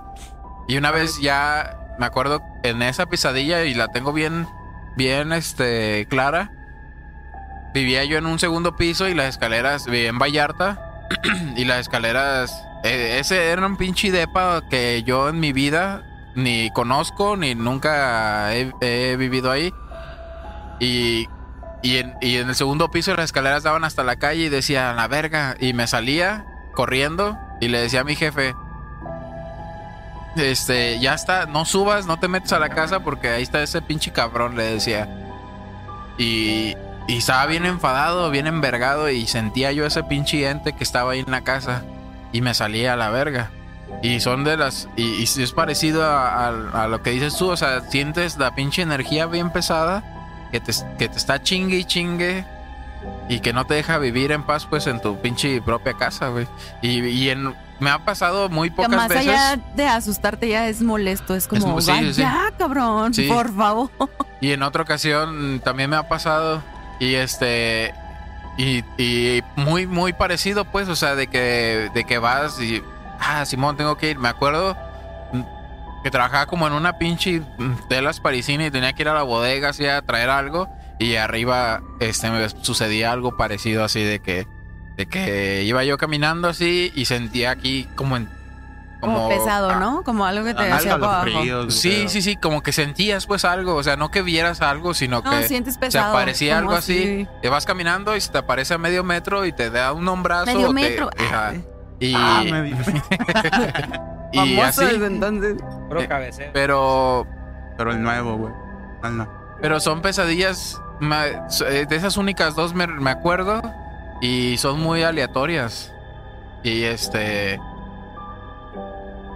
Speaker 1: Y una vez ya me acuerdo en esa pisadilla y la tengo bien bien este clara. Vivía yo en un segundo piso y las escaleras vivía en Vallarta [clears throat] y las escaleras. eh, ese era un pinche depa que yo en mi vida ni conozco ni nunca he, he vivido ahí. Y, y, en, y en el segundo piso las escaleras daban hasta la calle y decía, la verga. Y me salía corriendo y le decía a mi jefe. Este, ya está, no subas, no te metes a la casa porque ahí está ese pinche cabrón, le decía. Y, y estaba bien enfadado, bien envergado y sentía yo ese pinche ente que estaba ahí en la casa y me salía a la verga. Y son de las... Y, y sí es parecido a, a- a lo que dices tú, o sea, sientes la pinche energía bien pesada que te, que te está chingue y chingue y que no te deja vivir en paz pues en tu pinche propia casa, güey. Y, y en, me ha pasado muy
Speaker 3: Que
Speaker 1: pocas
Speaker 3: más
Speaker 1: veces...
Speaker 3: allá de asustarte ya es molesto, es como,
Speaker 1: mu- sí,
Speaker 3: "Vaya,
Speaker 1: sí, sí.
Speaker 3: cabrón,
Speaker 1: Sí.
Speaker 3: por
Speaker 1: [laughs]
Speaker 3: favor.
Speaker 1: Y en otra ocasión también me ha pasado. Y este. Y, y muy, muy parecido, pues. O sea, de que, de que vas y. Ah, Simón, tengo que ir. Me acuerdo mm, que trabajaba como en una pinche mm, telas parisina y tenía que ir a la bodega así a traer algo. Y arriba este, me sucedía algo parecido así de que. De que iba yo caminando así y sentía aquí como en.
Speaker 3: Como, [laughs] pesado,
Speaker 1: ah,
Speaker 3: ¿no? Como algo que te
Speaker 1: algo
Speaker 3: hacía para abajo.
Speaker 5: Fríos, güey,
Speaker 1: Sí,
Speaker 5: pero-
Speaker 1: sí, sí, como que sentías pues algo, o sea, no que vieras algo, sino
Speaker 3: No,
Speaker 1: que
Speaker 3: sientes
Speaker 1: o sea,
Speaker 3: pesado.
Speaker 1: parecía
Speaker 3: como
Speaker 1: algo así, te eh, vas caminando y se te aparece a medio metro y te da un hombrazo.
Speaker 3: Medio
Speaker 1: o te-
Speaker 3: metro.
Speaker 1: ajá, y
Speaker 7: Ah, me vi.
Speaker 1: y
Speaker 7: Famoso
Speaker 1: así,
Speaker 7: desde entonces.
Speaker 2: Puro
Speaker 1: Eh,
Speaker 2: cabeceo.
Speaker 1: pero,
Speaker 5: Pero el nuevo, güey. Ah, no.
Speaker 1: pero son pesadillas, ma- so- eh, de esas únicas dos me, me acuerdo y son muy aleatorias. Y este...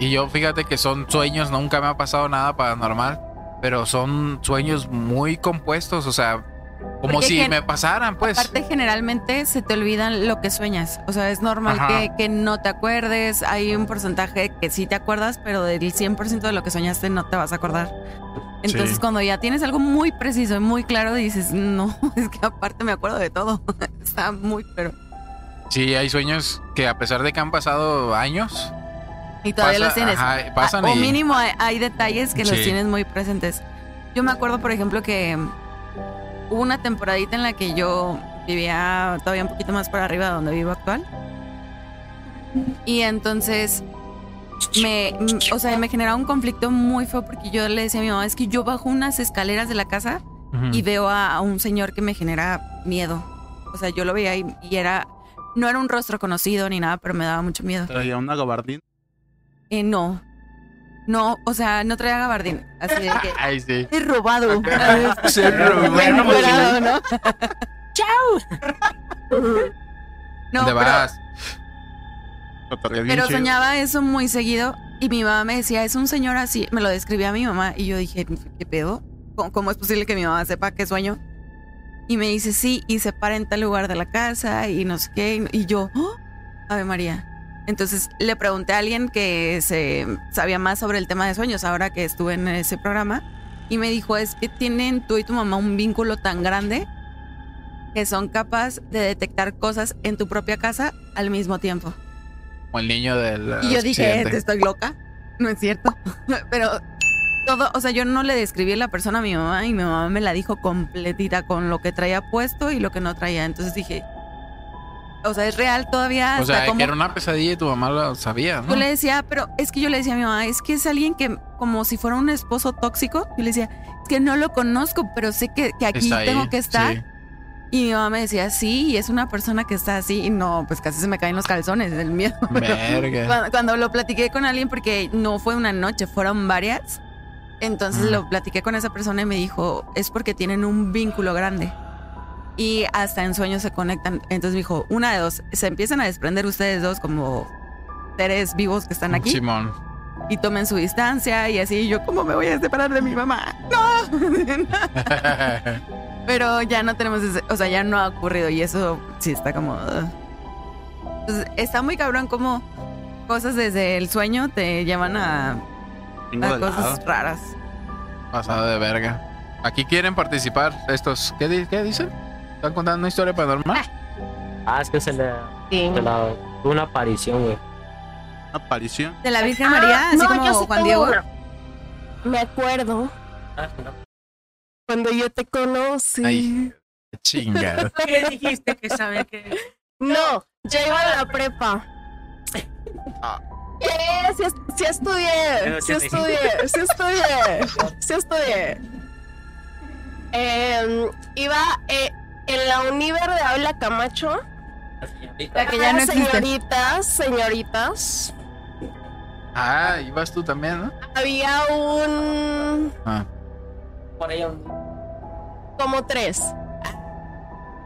Speaker 1: Y yo fíjate que son sueños, nunca me ha pasado nada paranormal, pero son sueños muy compuestos, o sea, como
Speaker 3: Porque
Speaker 1: si
Speaker 3: gen-
Speaker 1: me pasaran, pues.
Speaker 3: Aparte, generalmente se te olvidan lo que sueñas. O sea, es normal
Speaker 1: Ajá.
Speaker 3: que, que no te acuerdes. Hay un porcentaje que sí te acuerdas, pero del 100% de lo que soñaste no te vas a acordar. Entonces,
Speaker 1: Sí.
Speaker 3: cuando ya tienes algo muy preciso y muy claro, dices, no, [laughs] es que aparte me acuerdo de todo. [laughs] Está muy, pero.
Speaker 1: Sí, hay sueños que a pesar de que han pasado años,
Speaker 3: Y todavía
Speaker 1: pasa-
Speaker 3: los tienes.
Speaker 1: ajá, pasan
Speaker 3: Ah, o
Speaker 1: y-
Speaker 3: mínimo hay, hay detalles que los
Speaker 1: Sí.
Speaker 3: tienes muy presentes. Yo me acuerdo, por ejemplo, que mm, hubo una temporadita en la que yo vivía todavía un poquito más para arriba de donde vivo actual. Y entonces me, mm, o sea, me generaba un conflicto muy feo porque yo le decía a mi mamá, es que yo bajo unas escaleras de la casa y veo a, a un señor que me genera miedo. O sea, yo lo veía y, y era, no era un rostro conocido ni nada, pero me daba mucho miedo.
Speaker 5: Traía una gabardina.
Speaker 3: Eh, no. No, o sea, no traía gabardín. Así de
Speaker 1: [laughs]
Speaker 3: que.
Speaker 1: Ay, sí.
Speaker 7: He robado.
Speaker 2: Pero bueno, pues,
Speaker 7: Encuerado, ¿no?
Speaker 3: No,
Speaker 1: ¿Dónde
Speaker 3: pero,
Speaker 1: vas?
Speaker 5: cotorreo bien
Speaker 3: pero
Speaker 5: chido.
Speaker 3: soñaba eso muy seguido. Y mi mamá me decía, es un señor así. Me lo describía mi mamá. Y yo dije, ¿qué pedo? ¿Cómo, cómo es posible que mi mamá sepa qué sueño? Y me dice, sí, y se para en tal lugar de la casa y no sé qué. Y yo, ¡oh! Ave María. Entonces le pregunté a alguien que se sabía más sobre el tema de sueños ahora que estuve en ese programa y me dijo es que tienen tú y tu mamá un vínculo tan grande que son capaces de detectar cosas en tu propia casa al mismo tiempo.
Speaker 1: Como el niño del.
Speaker 3: Y yo dije, "Eh,
Speaker 1: accidente.
Speaker 3: "Te estoy loca. No es cierto. [laughs] Pero todo, o sea, yo no le describí a la persona a mi mamá y mi mamá me la dijo completita con lo que traía puesto y lo que no traía. Entonces dije, o sea, es real todavía.
Speaker 1: O
Speaker 3: hasta
Speaker 1: sea,
Speaker 3: cómo
Speaker 1: que era una pesadilla y tu mamá lo sabía, ¿no?
Speaker 3: yo le decía, pero es que yo le decía a mi mamá, es que es alguien que, como si fuera un esposo tóxico, yo le decía, es que no lo conozco, pero sé que, que aquí
Speaker 1: Está ahí,
Speaker 3: tengo que estar.
Speaker 1: sí.
Speaker 3: Y mi mamá me decía, sí, y es una persona que está así. Y no, pues casi se me caen los calzones del miedo. Pero [laughs]
Speaker 1: Verga.
Speaker 3: cuando, cuando lo platiqué con alguien, porque no fue una noche, fueron varias. Entonces
Speaker 1: Ajá.
Speaker 3: lo platiqué con esa persona y me dijo, es porque tienen un vínculo grande. Y hasta en sueños se conectan. Entonces me dijo, una de dos, se empiezan a desprender ustedes dos como seres vivos que están aquí
Speaker 1: Simón. [laughs]
Speaker 3: y tomen su distancia y así yo cómo me voy a separar de mi mamá. No. [laughs] Pero ya no tenemos ese- o sea, ya no ha ocurrido y eso sí está como ugh. Entonces, está muy cabrón como cosas desde el sueño te llevan a,
Speaker 5: Chingo
Speaker 3: a
Speaker 5: de lado.
Speaker 3: cosas raras.
Speaker 1: Pasado de verga. Aquí quieren participar estos. ¿Qué, di- qué dicen? ¿Están contando una historia paranormal?
Speaker 4: Ah, es que se le.
Speaker 6: Sí.
Speaker 4: se la- tuvo una aparición, güey.
Speaker 5: Una aparición.
Speaker 3: De la Virgen Ah, María, así
Speaker 6: Ah, no,
Speaker 3: como
Speaker 6: yo sí
Speaker 3: Juan
Speaker 6: tengo
Speaker 3: Diego.
Speaker 6: una. Me acuerdo
Speaker 2: Ah,
Speaker 6: cuando yo te conocí.
Speaker 1: Ay. Chinga.
Speaker 3: [laughs]
Speaker 2: ¿Qué dijiste que sabe que.?
Speaker 6: No, yo iba a la prepa. Eh, sí, es- sí estudié, sí estudié, sí estudié, sí estudié. Em, iba eh, en la Univer de Aula Camacho.
Speaker 3: La que ya Ah, no existe.
Speaker 6: Señoritas, señoritas.
Speaker 1: Ah, ibas tú también, ¿no?
Speaker 6: Había un...
Speaker 1: Ah.
Speaker 4: Por ahí
Speaker 6: como tres.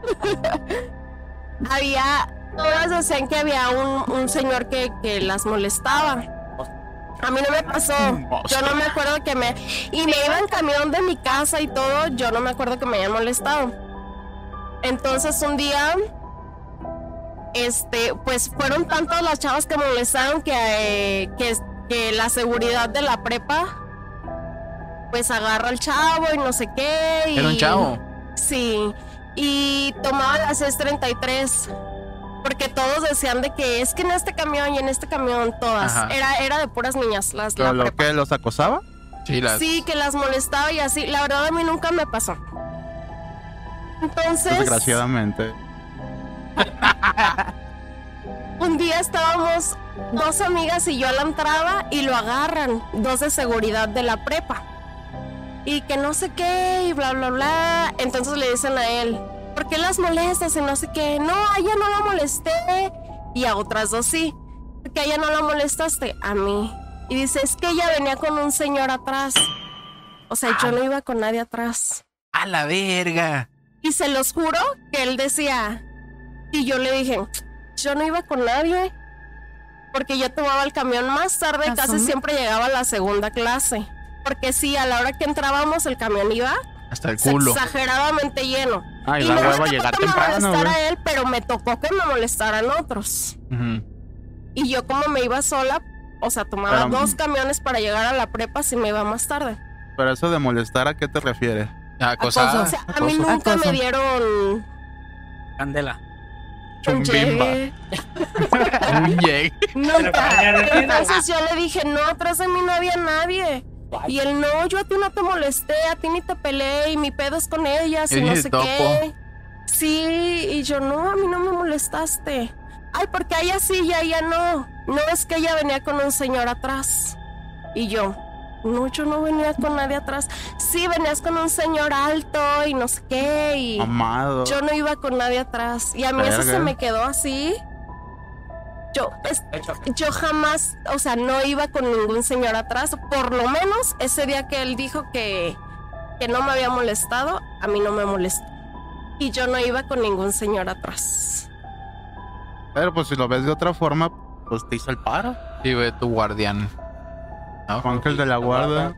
Speaker 6: [laughs] había, todas decían que había un, un señor que, que las molestaba. A mí no me pasó. Yo no me acuerdo que me... Y me iba en camión de mi casa y todo, yo no me acuerdo que me haya molestado. Entonces un día, este, pues fueron tantas las chavas que molestaron que, eh, que, que la seguridad de la prepa, pues agarra al chavo y no sé qué. Y,
Speaker 1: Era un chavo.
Speaker 6: Sí, y tomaba la 633. Porque todos decían de que es que en este camión y en este camión todas.
Speaker 1: Ajá.
Speaker 6: Era, era de puras niñas las la
Speaker 5: Pero lo
Speaker 6: prepa.
Speaker 5: que los acosaba.
Speaker 1: Sí, las.
Speaker 6: Sí, que las molestaba y así. La verdad a mí nunca me pasó. Entonces,
Speaker 5: Desgraciadamente.
Speaker 6: un día estábamos dos amigas y yo a la entrada y lo agarran, dos de seguridad de la prepa. Y que no sé qué y bla, bla, bla. Entonces le dicen a él, ¿por qué las molestas y no sé qué? No, a ella no la molesté y a otras dos sí. Porque a ella no la molestaste, a mí. Y dice, es que ella venía con un señor atrás. O sea, yo no iba con nadie atrás.
Speaker 1: Ah. A la verga.
Speaker 6: Y se los juro que él decía. Y yo le dije, yo no iba con nadie. Porque yo tomaba el camión más tarde,
Speaker 3: Razón.
Speaker 6: casi siempre llegaba a la segunda clase. Porque sí, a la hora que entrábamos el camión iba
Speaker 1: Hasta el
Speaker 6: se-
Speaker 1: culo.
Speaker 6: exageradamente lleno.
Speaker 5: Ay,
Speaker 6: y
Speaker 5: la
Speaker 6: no me
Speaker 5: hueva
Speaker 6: tocó
Speaker 5: llegar
Speaker 6: que me
Speaker 5: temprano,
Speaker 6: molestara
Speaker 5: güey.
Speaker 6: él, pero me tocó que me molestaran otros.
Speaker 1: Ujú.
Speaker 6: Y yo como me iba sola, o sea, tomaba
Speaker 5: Pero-
Speaker 6: dos camiones para llegar a la prepa si me iba más tarde.
Speaker 5: Pero eso de molestar, ¿a qué te refieres?
Speaker 1: Acosada.
Speaker 6: o sea, a mí
Speaker 1: acoso.
Speaker 6: nunca
Speaker 3: Acoso.
Speaker 6: me dieron
Speaker 2: Candela.
Speaker 6: un
Speaker 5: Chumbimba.
Speaker 6: llegue.
Speaker 1: [laughs] Un llegue.
Speaker 2: Pero para allá
Speaker 6: Nunca.
Speaker 2: arriba.
Speaker 6: Entonces yo le dije, no, atrás de mí no había nadie. Y él, no, yo a ti no te molesté, a ti ni te peleé, y mi pedo es con ellas, y no
Speaker 1: Eres
Speaker 6: sé
Speaker 1: topo.
Speaker 6: qué. Sí, y yo, no, a mí no me molestaste. Ay, porque a ella sí y a ella no. No es que ella venía con un señor atrás. Y yo, no, yo no venía con nadie atrás. Sí, venías con un señor alto y no sé qué. Y
Speaker 5: Amado.
Speaker 6: yo no iba con nadie atrás. Y a mí eso
Speaker 5: Verga.
Speaker 6: se me quedó así. Yo, es- yo jamás, o sea, no iba con ningún señor atrás. Por lo menos ese día que él dijo que, que no me había molestado, a mí no me molestó. Y yo no iba con ningún señor atrás.
Speaker 5: Pero pues si lo ves de otra forma, pues te hizo el paro.
Speaker 1: Sí, güey, tu guardián. No,
Speaker 5: Juan Ángel de la Guarda.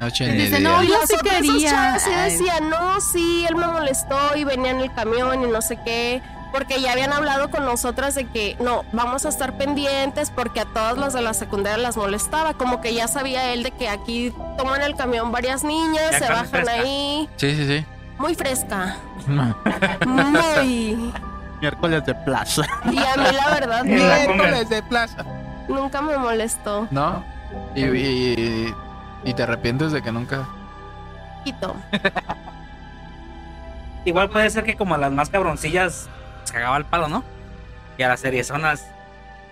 Speaker 1: noche
Speaker 3: Él
Speaker 1: ni
Speaker 3: dice,
Speaker 1: día.
Speaker 3: no, yo
Speaker 6: Las
Speaker 3: sí
Speaker 6: otras dos
Speaker 3: quería.
Speaker 6: chavas sí
Speaker 3: Ay,
Speaker 6: decían, no, sí, él me molestó y venía en el camión y no sé qué. Porque ya habían hablado con nosotras de que no, vamos a estar pendientes porque a todas las de la secundaria las molestaba. Como que ya sabía él de que aquí toman el camión varias niñas,
Speaker 2: Ya
Speaker 6: se
Speaker 2: está muy
Speaker 6: bajan
Speaker 2: fresca.
Speaker 6: ahí.
Speaker 1: Sí, sí, sí.
Speaker 6: Muy fresca.
Speaker 1: No. [laughs]
Speaker 6: Muy.
Speaker 5: Miércoles de plaza.
Speaker 6: Y a mí la verdad
Speaker 2: En la
Speaker 6: no,
Speaker 2: cumbre.
Speaker 1: de plaza.
Speaker 6: nunca me molestó.
Speaker 1: ¿No? Y, y, y te arrepientes de que nunca.
Speaker 6: Quito.
Speaker 2: Igual puede ser que como a las más cabroncillas se cagaba el palo, ¿no? Y a las seriezonas.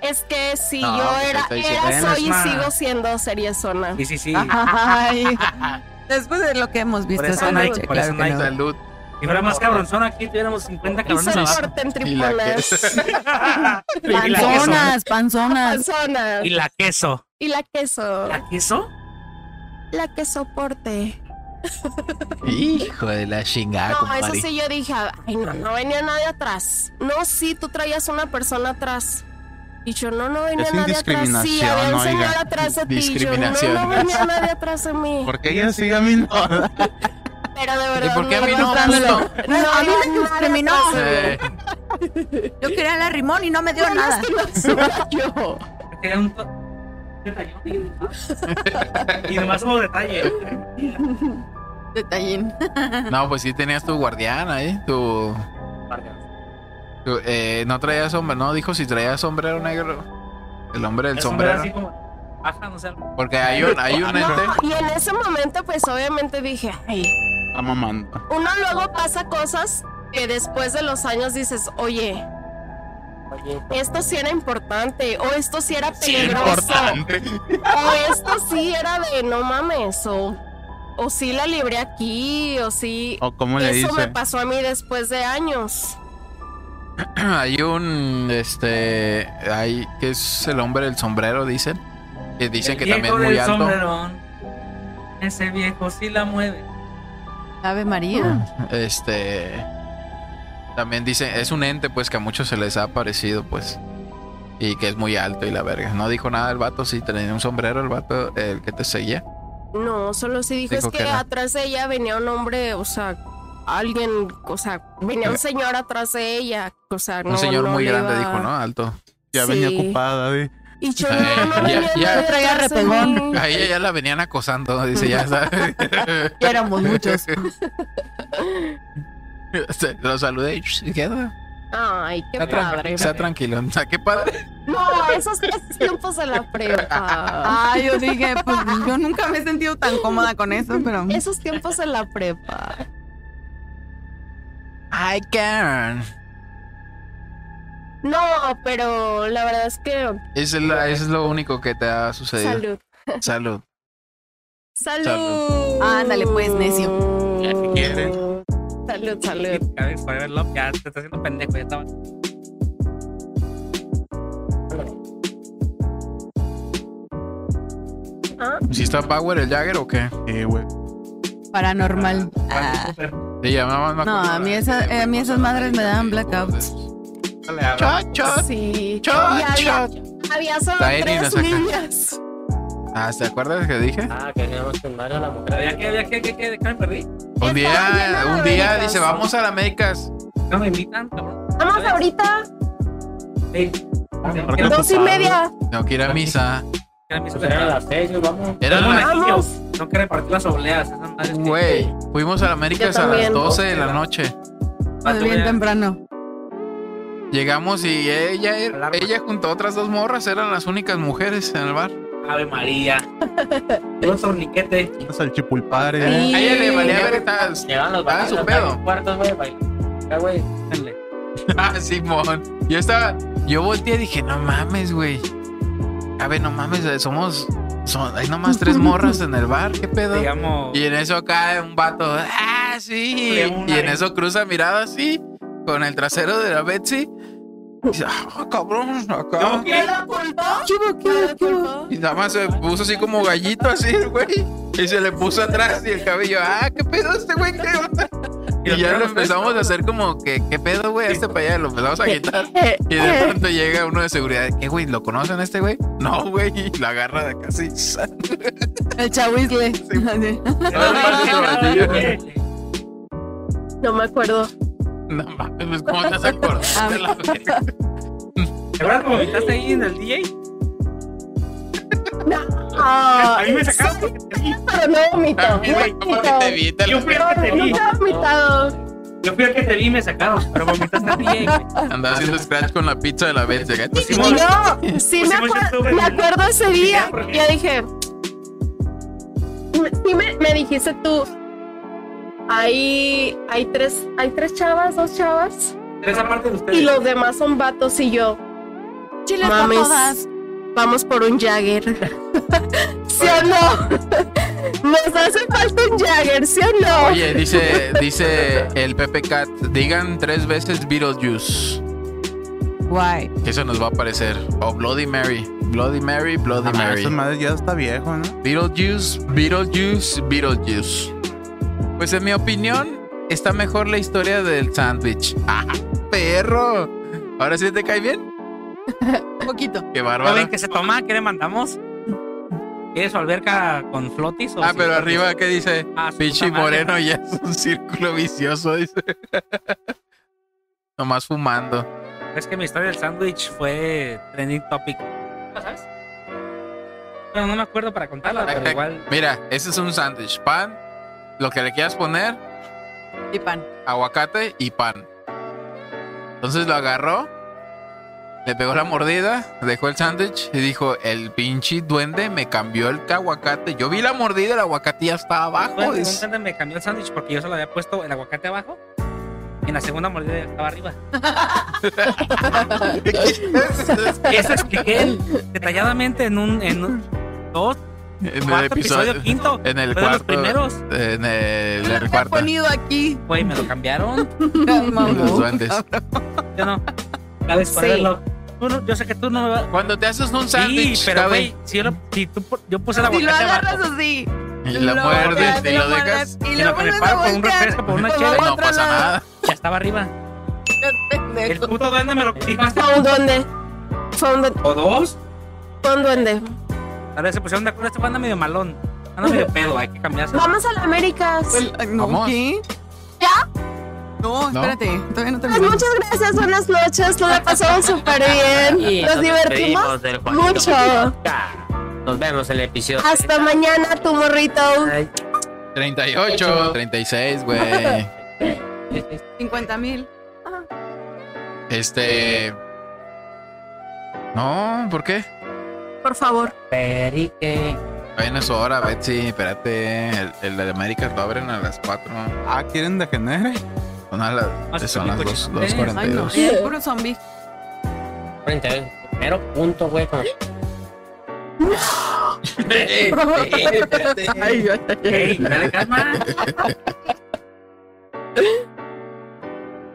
Speaker 6: Es que si
Speaker 1: No,
Speaker 6: yo
Speaker 1: pues te
Speaker 6: era,
Speaker 1: estoy diciendo,
Speaker 6: era, soy y
Speaker 2: es más.
Speaker 6: sigo siendo seriezona.
Speaker 2: Sí, sí, sí.
Speaker 3: Ay. Después de lo que hemos visto
Speaker 2: eso
Speaker 3: esta
Speaker 2: no hay-
Speaker 3: noche,
Speaker 2: por
Speaker 3: claro
Speaker 2: eso
Speaker 3: que
Speaker 2: no hay
Speaker 3: no.
Speaker 1: Salud.
Speaker 2: Si fuera más cabronzona aquí tuviéramos 50
Speaker 6: Y
Speaker 2: cabrones
Speaker 6: soy
Speaker 2: abajo.
Speaker 6: corta en
Speaker 1: Y la que-
Speaker 6: triponas. [laughs]
Speaker 2: [laughs] Y la queso.
Speaker 3: Panzonas,
Speaker 1: [laughs]
Speaker 3: panzonas.
Speaker 6: Personas.
Speaker 2: Y la queso.
Speaker 6: Y la queso.
Speaker 2: ¿La queso?
Speaker 6: La que soporte.
Speaker 1: Hijo de la chingada,
Speaker 6: No, eso
Speaker 1: Ah, compadre.
Speaker 6: sí yo dije, ay no, no venía nadie atrás. No, sí, tú traías una persona atrás. Y yo, no, no venía
Speaker 5: Es
Speaker 6: nadie atrás. Sí,
Speaker 5: indiscriminación,
Speaker 6: había un señor
Speaker 5: oiga.
Speaker 6: atrás de ti. Y yo, no,
Speaker 1: Discriminación.
Speaker 6: no venía
Speaker 1: [laughs]
Speaker 6: nadie atrás de mí.
Speaker 5: Porque ella sigue a mí no.
Speaker 6: Pero de verdad.
Speaker 1: por qué a mí
Speaker 6: iba
Speaker 1: no,
Speaker 6: atrás de-
Speaker 1: puto?
Speaker 6: [laughs] No,
Speaker 3: A mí me
Speaker 6: iba nadie
Speaker 3: discriminó.
Speaker 6: atrás de mí.
Speaker 1: Eh,
Speaker 3: Yo quería la rimón y no me dio
Speaker 6: Bueno,
Speaker 3: nada.
Speaker 6: es que no suba yo.
Speaker 2: Era un to- detallón y demás. [laughs] Y demás hubo detalle.
Speaker 3: Detallín.
Speaker 1: no, pues sí tenías tu guardián ahí, tu... tu- eh, no traía sombrero, no dijo si traía sombrero negro. El hombre del
Speaker 2: El sombrero
Speaker 1: sombrero.
Speaker 2: así como baja, no sé.
Speaker 1: Porque hay un, hay un este, ente.
Speaker 6: No, y en ese momento, pues obviamente dije, ay,
Speaker 5: Está mamando.
Speaker 6: uno luego pasa cosas que después de los años dices, oye, esto sí era importante, o esto sí era peligroso,
Speaker 5: Importante.
Speaker 6: o esto sí era de no mames, o, o sí la libré aquí, o sí.
Speaker 5: O cómo le
Speaker 6: Eso me
Speaker 5: dice.
Speaker 6: pasó a mí después de años.
Speaker 1: [clears throat] Hay un, este, hay, que es el hombre del sombrero, dicen. Que dicen
Speaker 2: El
Speaker 1: que
Speaker 2: viejo
Speaker 1: también es muy
Speaker 2: del
Speaker 1: alto.
Speaker 2: sombrerón. Ese viejo sí la mueve.
Speaker 3: Ave María.
Speaker 2: Ah.
Speaker 1: Este, también dicen, es un ente, pues, que a muchos se les ha parecido, pues. Y que es muy alto y la verga. No dijo nada el vato, sí, tenía un sombrero el vato, el que te seguía.
Speaker 6: No, solo sí dijo,
Speaker 1: Dijo
Speaker 6: es que,
Speaker 1: que no.
Speaker 6: atrás de ella venía un hombre, o sea, alguien, o sea, venía un señor atrás de ella, o sea, no.
Speaker 1: Eh. un señor
Speaker 6: no
Speaker 1: muy
Speaker 6: le
Speaker 1: grande
Speaker 6: iba-
Speaker 1: dijo, ¿no?
Speaker 6: [laughs]
Speaker 1: Alto.
Speaker 5: Ya
Speaker 6: Sí.
Speaker 5: venía ocupada, güey.
Speaker 6: Y yo
Speaker 1: Eh,
Speaker 6: no, no
Speaker 1: ya-
Speaker 6: venía
Speaker 1: ya-
Speaker 6: nadie
Speaker 3: Traía
Speaker 6: atrás de
Speaker 3: repegón.
Speaker 6: mí.
Speaker 1: A ella ya la venían acosando, dice, ya sabes.
Speaker 3: Ya éramos
Speaker 1: [laughs]
Speaker 3: muchos.
Speaker 1: Lo saludé y "Shh, ¿qué onda?
Speaker 6: Ay, qué
Speaker 1: Está, tran-
Speaker 6: padre.
Speaker 1: está tranquilo. [laughs] Ah, Qué padre.
Speaker 6: No, esos, esos tiempos de la prepa.
Speaker 3: Ay, yo dije, pues yo nunca me he sentido tan cómoda con eso, pero.
Speaker 6: Esos tiempos de la prepa.
Speaker 1: I can.
Speaker 6: No, pero la verdad es que
Speaker 1: Es, la- es lo único que te ha sucedido. Salud.
Speaker 6: salud.
Speaker 1: Salud.
Speaker 6: Salud.
Speaker 3: Ándale, pues, necio.
Speaker 5: Ya, si quieres.
Speaker 6: Salud, salud.
Speaker 2: Ya ves, fue verlo, Ya te está haciendo pendejo. Ya estaba.
Speaker 6: Ah,
Speaker 1: ¿Si está Power el Jagger o qué?
Speaker 5: Eh, güey.
Speaker 3: Paranormal. Ah.
Speaker 2: Pero
Speaker 1: Sí, ya nada más me
Speaker 3: No,
Speaker 1: acuerdo
Speaker 3: a mí
Speaker 1: de-
Speaker 3: esa-
Speaker 1: de-
Speaker 3: eh, a mí esas madres me daban blackouts.
Speaker 1: Chot, chot,
Speaker 6: sí.
Speaker 1: chot,
Speaker 6: Y había,
Speaker 1: chot.
Speaker 6: había solo
Speaker 1: Tairi
Speaker 6: tres
Speaker 1: nos saca.
Speaker 6: niñas.
Speaker 1: Ah, ¿te acuerdas que dije?
Speaker 4: Ah, que teníamos que a la mujer.
Speaker 2: ya que, ya que, que, que, que me perdí.
Speaker 1: Un
Speaker 6: Estaba llena
Speaker 1: día,
Speaker 6: de
Speaker 1: un día
Speaker 6: Américas.
Speaker 1: dice, vamos a la Américas.
Speaker 2: No me invitan, cabrón.
Speaker 6: Vamos ahorita,
Speaker 2: Sí.
Speaker 5: Qué
Speaker 6: dos y
Speaker 5: ocupado.
Speaker 6: media.
Speaker 1: Tengo que ir a misa.
Speaker 2: Eran mis
Speaker 4: Pues eran
Speaker 2: pecados.
Speaker 4: las seis, nos vamos.
Speaker 1: Era
Speaker 2: Eran
Speaker 1: la...
Speaker 2: naquillos. Tengo que repartir las obleas. esas madres que-
Speaker 1: Güey, fuimos a la Américas
Speaker 6: Yo
Speaker 1: a las
Speaker 6: también.
Speaker 1: 12 de la noche.
Speaker 2: Ah,
Speaker 3: Pues
Speaker 2: te
Speaker 3: bien
Speaker 2: voy a-
Speaker 3: temprano.
Speaker 1: Llegamos y ella, ella junto a otras dos morras eran las únicas mujeres en el bar.
Speaker 2: Ave María. Un torniquete.
Speaker 5: Una salchipulpare.
Speaker 6: Sí.
Speaker 1: A ella le valía ver estas.
Speaker 4: Llegaban los
Speaker 1: Ah, su
Speaker 4: bailes,
Speaker 1: pedo.
Speaker 4: los cuartos, güey, bailar, Ya, güey.
Speaker 2: Denle.
Speaker 1: Ah, Simón. Yo estaba. Yo volteé y dije, no mames, güey. A ver, no mames, eh, somos. Son, hay nomás tres morras en el bar, ¿qué pedo?
Speaker 2: Digamos.
Speaker 1: Y en eso cae un vato. ¡Ah, sí!
Speaker 2: Le una
Speaker 1: Y en
Speaker 2: de-
Speaker 1: eso cruza mirada así, con el trasero de la Betsy. Y dice, ¡ah, cabrón! Acá.
Speaker 2: ¿Qué?
Speaker 3: ¿Qué hubo, qué hubo, qué hubo?
Speaker 1: Y nada más se puso así como gallito, así, güey. Y se le puso atrás y el cabello, ¡ah, qué pedo este güey! ¿Qué onda?". Y ya lo empezamos a hacer como que, ¿qué pedo, güey? Este para allá, lo empezamos a
Speaker 2: [laughs]
Speaker 1: quitar. Y
Speaker 2: Eh.
Speaker 1: de
Speaker 6: Eh,
Speaker 1: pronto llega uno de seguridad. ¿Qué, güey? ¿Lo conocen a este güey? No, güey. Y la agarra de acá así. [laughs]
Speaker 3: El chahuizle. [laughs]
Speaker 6: No me acuerdo.
Speaker 1: No mames, pues, ¿cómo te has acordado?
Speaker 2: [laughs]
Speaker 1: de la verga?
Speaker 2: ¿Te acuerdas cómo vomitaste ahí en el DJ?
Speaker 6: Ah,
Speaker 2: A mí me sacaron porque te vi.
Speaker 6: pero no vomito.
Speaker 1: A mí
Speaker 6: no
Speaker 1: me como que te
Speaker 6: vomito.
Speaker 1: vi, te
Speaker 2: Yo
Speaker 1: la
Speaker 2: fui el que te
Speaker 6: No,
Speaker 2: vi.
Speaker 6: nunca he vomitado.
Speaker 2: Yo fui el que te vi y me sacaron. Pero vomitaste al DJ, güey.
Speaker 1: Andaba haciendo scratch con la pizza de la vez.
Speaker 6: Y
Speaker 2: Simón. Pues
Speaker 6: no, sí me,
Speaker 2: Pusimos
Speaker 6: acuer-
Speaker 2: YouTube en
Speaker 6: me
Speaker 2: el-
Speaker 6: acuerdo ese día.
Speaker 2: porque-
Speaker 6: Yo dije. "Mm, Sí me, me dijiste tú. Hay, hay tres, hay tres chavas, dos chavas.
Speaker 2: Tres aparte de
Speaker 6: Y
Speaker 2: ustedes.
Speaker 6: los demás son vatos y yo.
Speaker 3: Chiles pa'
Speaker 6: Mames.
Speaker 3: todas.
Speaker 6: Vamos por un Jagger. ¿Sí o no? Nos hace falta un Jagger, ¿sí o no?
Speaker 1: Oye, dice, dice el Pepe Cat, digan tres veces Beetlejuice.
Speaker 3: Guay.
Speaker 1: Que eso nos va a aparecer. O Bloody Mary. Bloody Mary, Bloody
Speaker 5: Ah,
Speaker 1: Mary.
Speaker 5: Esas madres ya está viejo, ¿no?
Speaker 1: Beetlejuice, Beetlejuice, Beetlejuice. Pues en mi opinión, está [laughs] mejor la historia del sándwich. ¡Ah, perro! ¿Ahora sí te cae bien?
Speaker 3: Poquito.
Speaker 1: Qué
Speaker 2: Joven
Speaker 1: bárbaro.
Speaker 2: que se toma, ¿qué le mandamos? ¿Quiere su alberca con flotis? o
Speaker 1: Ah,
Speaker 2: sin
Speaker 1: pero
Speaker 2: flotis?
Speaker 1: arriba que dice
Speaker 2: Ah, su
Speaker 1: Pichi
Speaker 2: puta madre.
Speaker 1: Moreno ya es un círculo vicioso, dice. [laughs] Nomás fumando.
Speaker 2: Es que mi historia del sándwich fue trending topic. ¿Lo sabes? Bueno, no me acuerdo para
Speaker 1: Ah,
Speaker 2: contarla, pero igual.
Speaker 1: Mira, ese es un sándwich. Pan, lo que le quieras poner,
Speaker 3: Y pan.
Speaker 1: aguacate y pan. Entonces lo agarró, le pegó la mordida, dejó el sándwich y dijo, el pinche duende me cambió el aguacate. Yo vi la mordida, el aguacate ya estaba abajo.
Speaker 2: Bueno,
Speaker 1: dice.
Speaker 2: pregúntame, me cambió el sándwich porque yo solo había puesto el aguacate abajo. Y en la segunda mordida estaba arriba. Eso expliqué detalladamente en un, en un dos,
Speaker 1: [laughs] en el
Speaker 2: [laughs] cuarto episodio,
Speaker 1: episodio,
Speaker 2: quinto.
Speaker 1: en el
Speaker 2: Fue de los
Speaker 1: cuarto,
Speaker 2: primeros.
Speaker 1: en el,
Speaker 3: ¿Qué [laughs]
Speaker 1: el
Speaker 3: te ha
Speaker 1: cuarto,
Speaker 3: ponido aquí?
Speaker 2: Güey, [laughs] me lo cambiaron.
Speaker 1: los duendes.
Speaker 2: Yo no. Sabes,
Speaker 6: Sí.
Speaker 2: ponerlo. Tú no- yo sé que tú no me vas.
Speaker 1: Cuando te haces un
Speaker 2: Sí,
Speaker 1: sándwich,
Speaker 2: pero
Speaker 1: cabe,
Speaker 2: güey, si yo, lo- si tú pu- yo puse el
Speaker 3: Si lo
Speaker 2: aguacate
Speaker 3: agarras
Speaker 2: abajo.
Speaker 3: así.
Speaker 1: y la
Speaker 3: lo
Speaker 1: muerdes
Speaker 3: volteas
Speaker 1: y lo dejas,
Speaker 3: muerdes, Y
Speaker 2: Y lo
Speaker 3: lo vuelves a
Speaker 2: preparo con un
Speaker 3: voltear.
Speaker 2: refresco, con una
Speaker 3: Pues
Speaker 2: chela.
Speaker 3: vamos
Speaker 1: no
Speaker 3: otra
Speaker 1: pasa
Speaker 3: vez.
Speaker 1: nada.
Speaker 2: Ya estaba arriba. El
Speaker 3: [laughs] Pendejo.
Speaker 2: puto duende me lo dijo.
Speaker 6: Fue un duende. Fue un, duen-
Speaker 2: ¿O dos?
Speaker 6: fue un duende.
Speaker 2: Tal vez se pusieron de acuerdo. Este fue anda medio malón. Anda medio pedo. Hay que cambiarse.
Speaker 6: Vamos a la Américas.
Speaker 3: Ay, No,
Speaker 1: Vamos.
Speaker 3: ¿qué?
Speaker 6: ¿Ya?
Speaker 3: No,
Speaker 1: ¿No?
Speaker 3: espérate. Todavía no
Speaker 6: Pues
Speaker 3: terminamos.
Speaker 6: muchas gracias, buenas noches. Nos la pasamos súper bien. Nos
Speaker 4: despedimos
Speaker 6: divertimos.
Speaker 4: del Juanito
Speaker 6: Mucho.
Speaker 4: Podcast. Nos vemos en el episodio.
Speaker 6: Hasta mañana, tu morrito.
Speaker 1: 38, 36, güey.
Speaker 3: 50 mil.
Speaker 1: Este. No, ¿por qué?
Speaker 6: Por favor.
Speaker 4: Perique.
Speaker 1: Todavía no es hora, Betsy. Espérate. El, el de América lo abren a las 4.
Speaker 5: Ah, ¿quieren degenerar?
Speaker 1: Son, a
Speaker 2: Ah,
Speaker 1: las
Speaker 2: sí,
Speaker 1: son las
Speaker 2: coño,
Speaker 1: dos-
Speaker 2: no.
Speaker 3: Ay, no.
Speaker 1: 2.42.
Speaker 3: Y el puro zombie.
Speaker 4: Frente a Primero punto, güey. con-
Speaker 3: [laughs]
Speaker 2: Ey, dale calma.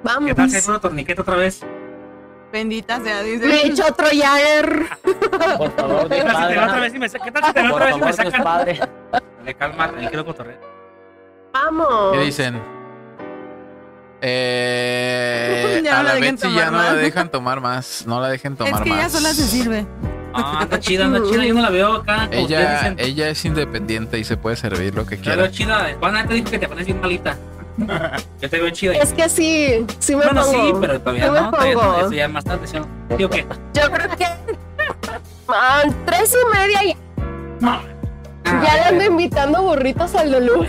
Speaker 6: Vamos.
Speaker 2: ¿Qué tal si hay puro torniquete otra vez?
Speaker 3: Bendita sea, dice.
Speaker 6: Me echó otro Jagger.
Speaker 4: Por
Speaker 6: [laughs]
Speaker 4: favor,
Speaker 2: ¿Qué
Speaker 4: Dios
Speaker 2: tal si te
Speaker 4: Padre.
Speaker 2: veo otra vez y me sa- ¿Qué tal si te veo
Speaker 4: Por
Speaker 2: otra vez y me
Speaker 4: favor, Dios
Speaker 2: sacan?
Speaker 4: Padre.
Speaker 2: Dale calma, tranquilo, cotorreo.
Speaker 6: Vamos.
Speaker 1: ¿Qué dicen? Eh,
Speaker 3: Ya no
Speaker 1: a
Speaker 3: la
Speaker 1: la
Speaker 3: dejen
Speaker 1: Betsy
Speaker 3: tomar
Speaker 1: ya no la
Speaker 3: más.
Speaker 1: dejan tomar más. No la dejen tomar
Speaker 3: Es que
Speaker 1: más.
Speaker 3: ya sola se sirve.
Speaker 2: Ah, [laughs] anda chida, anda chida. Yo no la veo acá. Como ustedes
Speaker 1: Ella,
Speaker 2: dicen.
Speaker 1: ella es independiente y se puede servir lo que
Speaker 2: Yo la veo
Speaker 1: quiera.
Speaker 2: chida. Juan te dijo que te pones bien malita. Yo te veo chida.
Speaker 6: [laughs] Es que sí, sí me
Speaker 2: Bueno,
Speaker 6: pongo.
Speaker 2: sí, pero todavía
Speaker 6: Yo me
Speaker 2: no. Todavía no,
Speaker 6: pongo.
Speaker 2: eso ya más tarde. ¿sí? no? ¿Sí o
Speaker 6: [laughs]
Speaker 2: qué?
Speaker 6: Yo creo que a tres y media ya,
Speaker 1: Ah,
Speaker 2: ah,
Speaker 6: ya le ando invitando burritos al Lulú.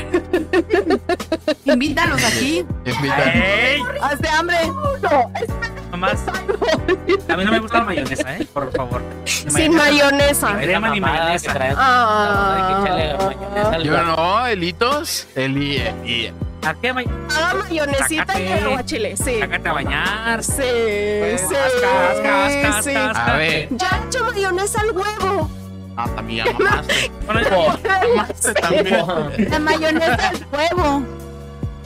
Speaker 3: Invítalos aquí.
Speaker 1: Invita-
Speaker 2: ¡Ey!
Speaker 3: Hazte hambre.
Speaker 6: No, es
Speaker 2: Nomás. A mí no me gusta la mayonesa, ¿eh? Por favor.
Speaker 6: sin mayonesa.
Speaker 2: Crema ni mayonesa.
Speaker 6: Ah.
Speaker 1: Yo no, Elitos. Eli, Eli.
Speaker 2: ¿A qué may-
Speaker 6: Haga Ah, mayonesita y
Speaker 2: Sácate.
Speaker 6: aguachile, sí.
Speaker 2: Sácate Pues, a bañar.
Speaker 6: Sí, sí.
Speaker 2: Asca, asca, asca,
Speaker 6: sí.
Speaker 2: asca, asca.
Speaker 1: A ver.
Speaker 6: Ya he hecho mayonesa al huevo.
Speaker 5: Ah, también ya mamaste.
Speaker 2: Bueno,
Speaker 5: también.
Speaker 3: La mayonesa es huevo.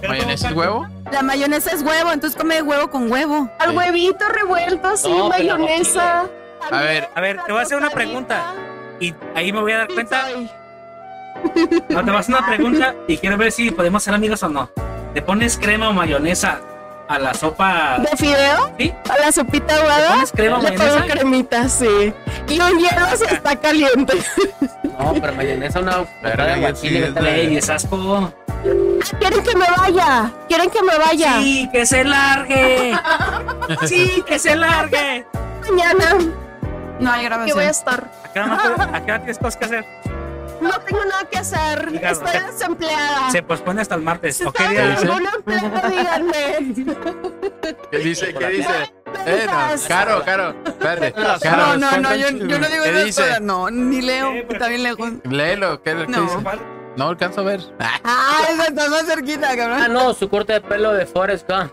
Speaker 1: [laughs] ¿Mayonesa y huevo?
Speaker 3: La mayonesa es huevo, entonces Pues come huevo con huevo.
Speaker 6: Al huevito revuelto, sí,
Speaker 4: No, pero
Speaker 6: mayonesa.
Speaker 1: A ver,
Speaker 2: A ver, te voy a hacer una pregunta. Y ahí me voy a dar cuenta. No, te vas a hacer una pregunta y quiero ver si podemos ser amigos o no. ¿Te pones crema o mayonesa a la sopa?
Speaker 6: ¿De fideo?
Speaker 2: Sí.
Speaker 6: ¿A la sopita
Speaker 2: ¿Te
Speaker 6: ahogada?
Speaker 2: pones crema o
Speaker 6: Le pongo
Speaker 2: mayonesa?
Speaker 6: cremita, sí. Y un hielo si está caliente. Ah,
Speaker 4: No, pero mayonesa una.
Speaker 5: Verga,
Speaker 4: una-
Speaker 5: ya sí, es
Speaker 4: vete a la-
Speaker 2: Ey, es asco.
Speaker 6: ¿Quieren que me vaya? ¿Quieren que me vaya?
Speaker 2: Sí, que
Speaker 1: [laughs]
Speaker 2: se largue. Sí, que se largue.
Speaker 6: Mañana,
Speaker 3: No hay
Speaker 6: que voy a
Speaker 3: grabación.
Speaker 6: estar.
Speaker 2: ¿A qué hora
Speaker 1: [laughs]
Speaker 2: más- a qué hora tienes cosas que hacer?
Speaker 6: No tengo nada que hacer.
Speaker 2: Claro,
Speaker 6: Estoy
Speaker 2: o sea,
Speaker 1: Ah.
Speaker 6: desempleada.
Speaker 2: Se pospone hasta el martes.
Speaker 6: Si
Speaker 2: ¿O qué
Speaker 6: están
Speaker 2: día?
Speaker 6: en
Speaker 1: dice?
Speaker 6: algún empleo, díganme.
Speaker 1: ¿qué dice? ¿Qué dice? Eh, no,
Speaker 6: Ventas.
Speaker 1: caro, caro. Espérate.
Speaker 3: No,
Speaker 1: Caro,
Speaker 3: no, no, yo, yo no digo
Speaker 1: ¿Qué
Speaker 3: esas
Speaker 1: dice?
Speaker 3: cosas, No, ni leo.
Speaker 2: Sí, pero-
Speaker 3: Está bien lejos.
Speaker 1: léelo. ¿Qué, qué
Speaker 3: No.
Speaker 1: dice? No alcanzo a ver. Ah,
Speaker 3: Ah, esa está más cerquita,
Speaker 4: Ah,
Speaker 3: cabrón.
Speaker 4: no, su corte de pelo de Forrest Gump.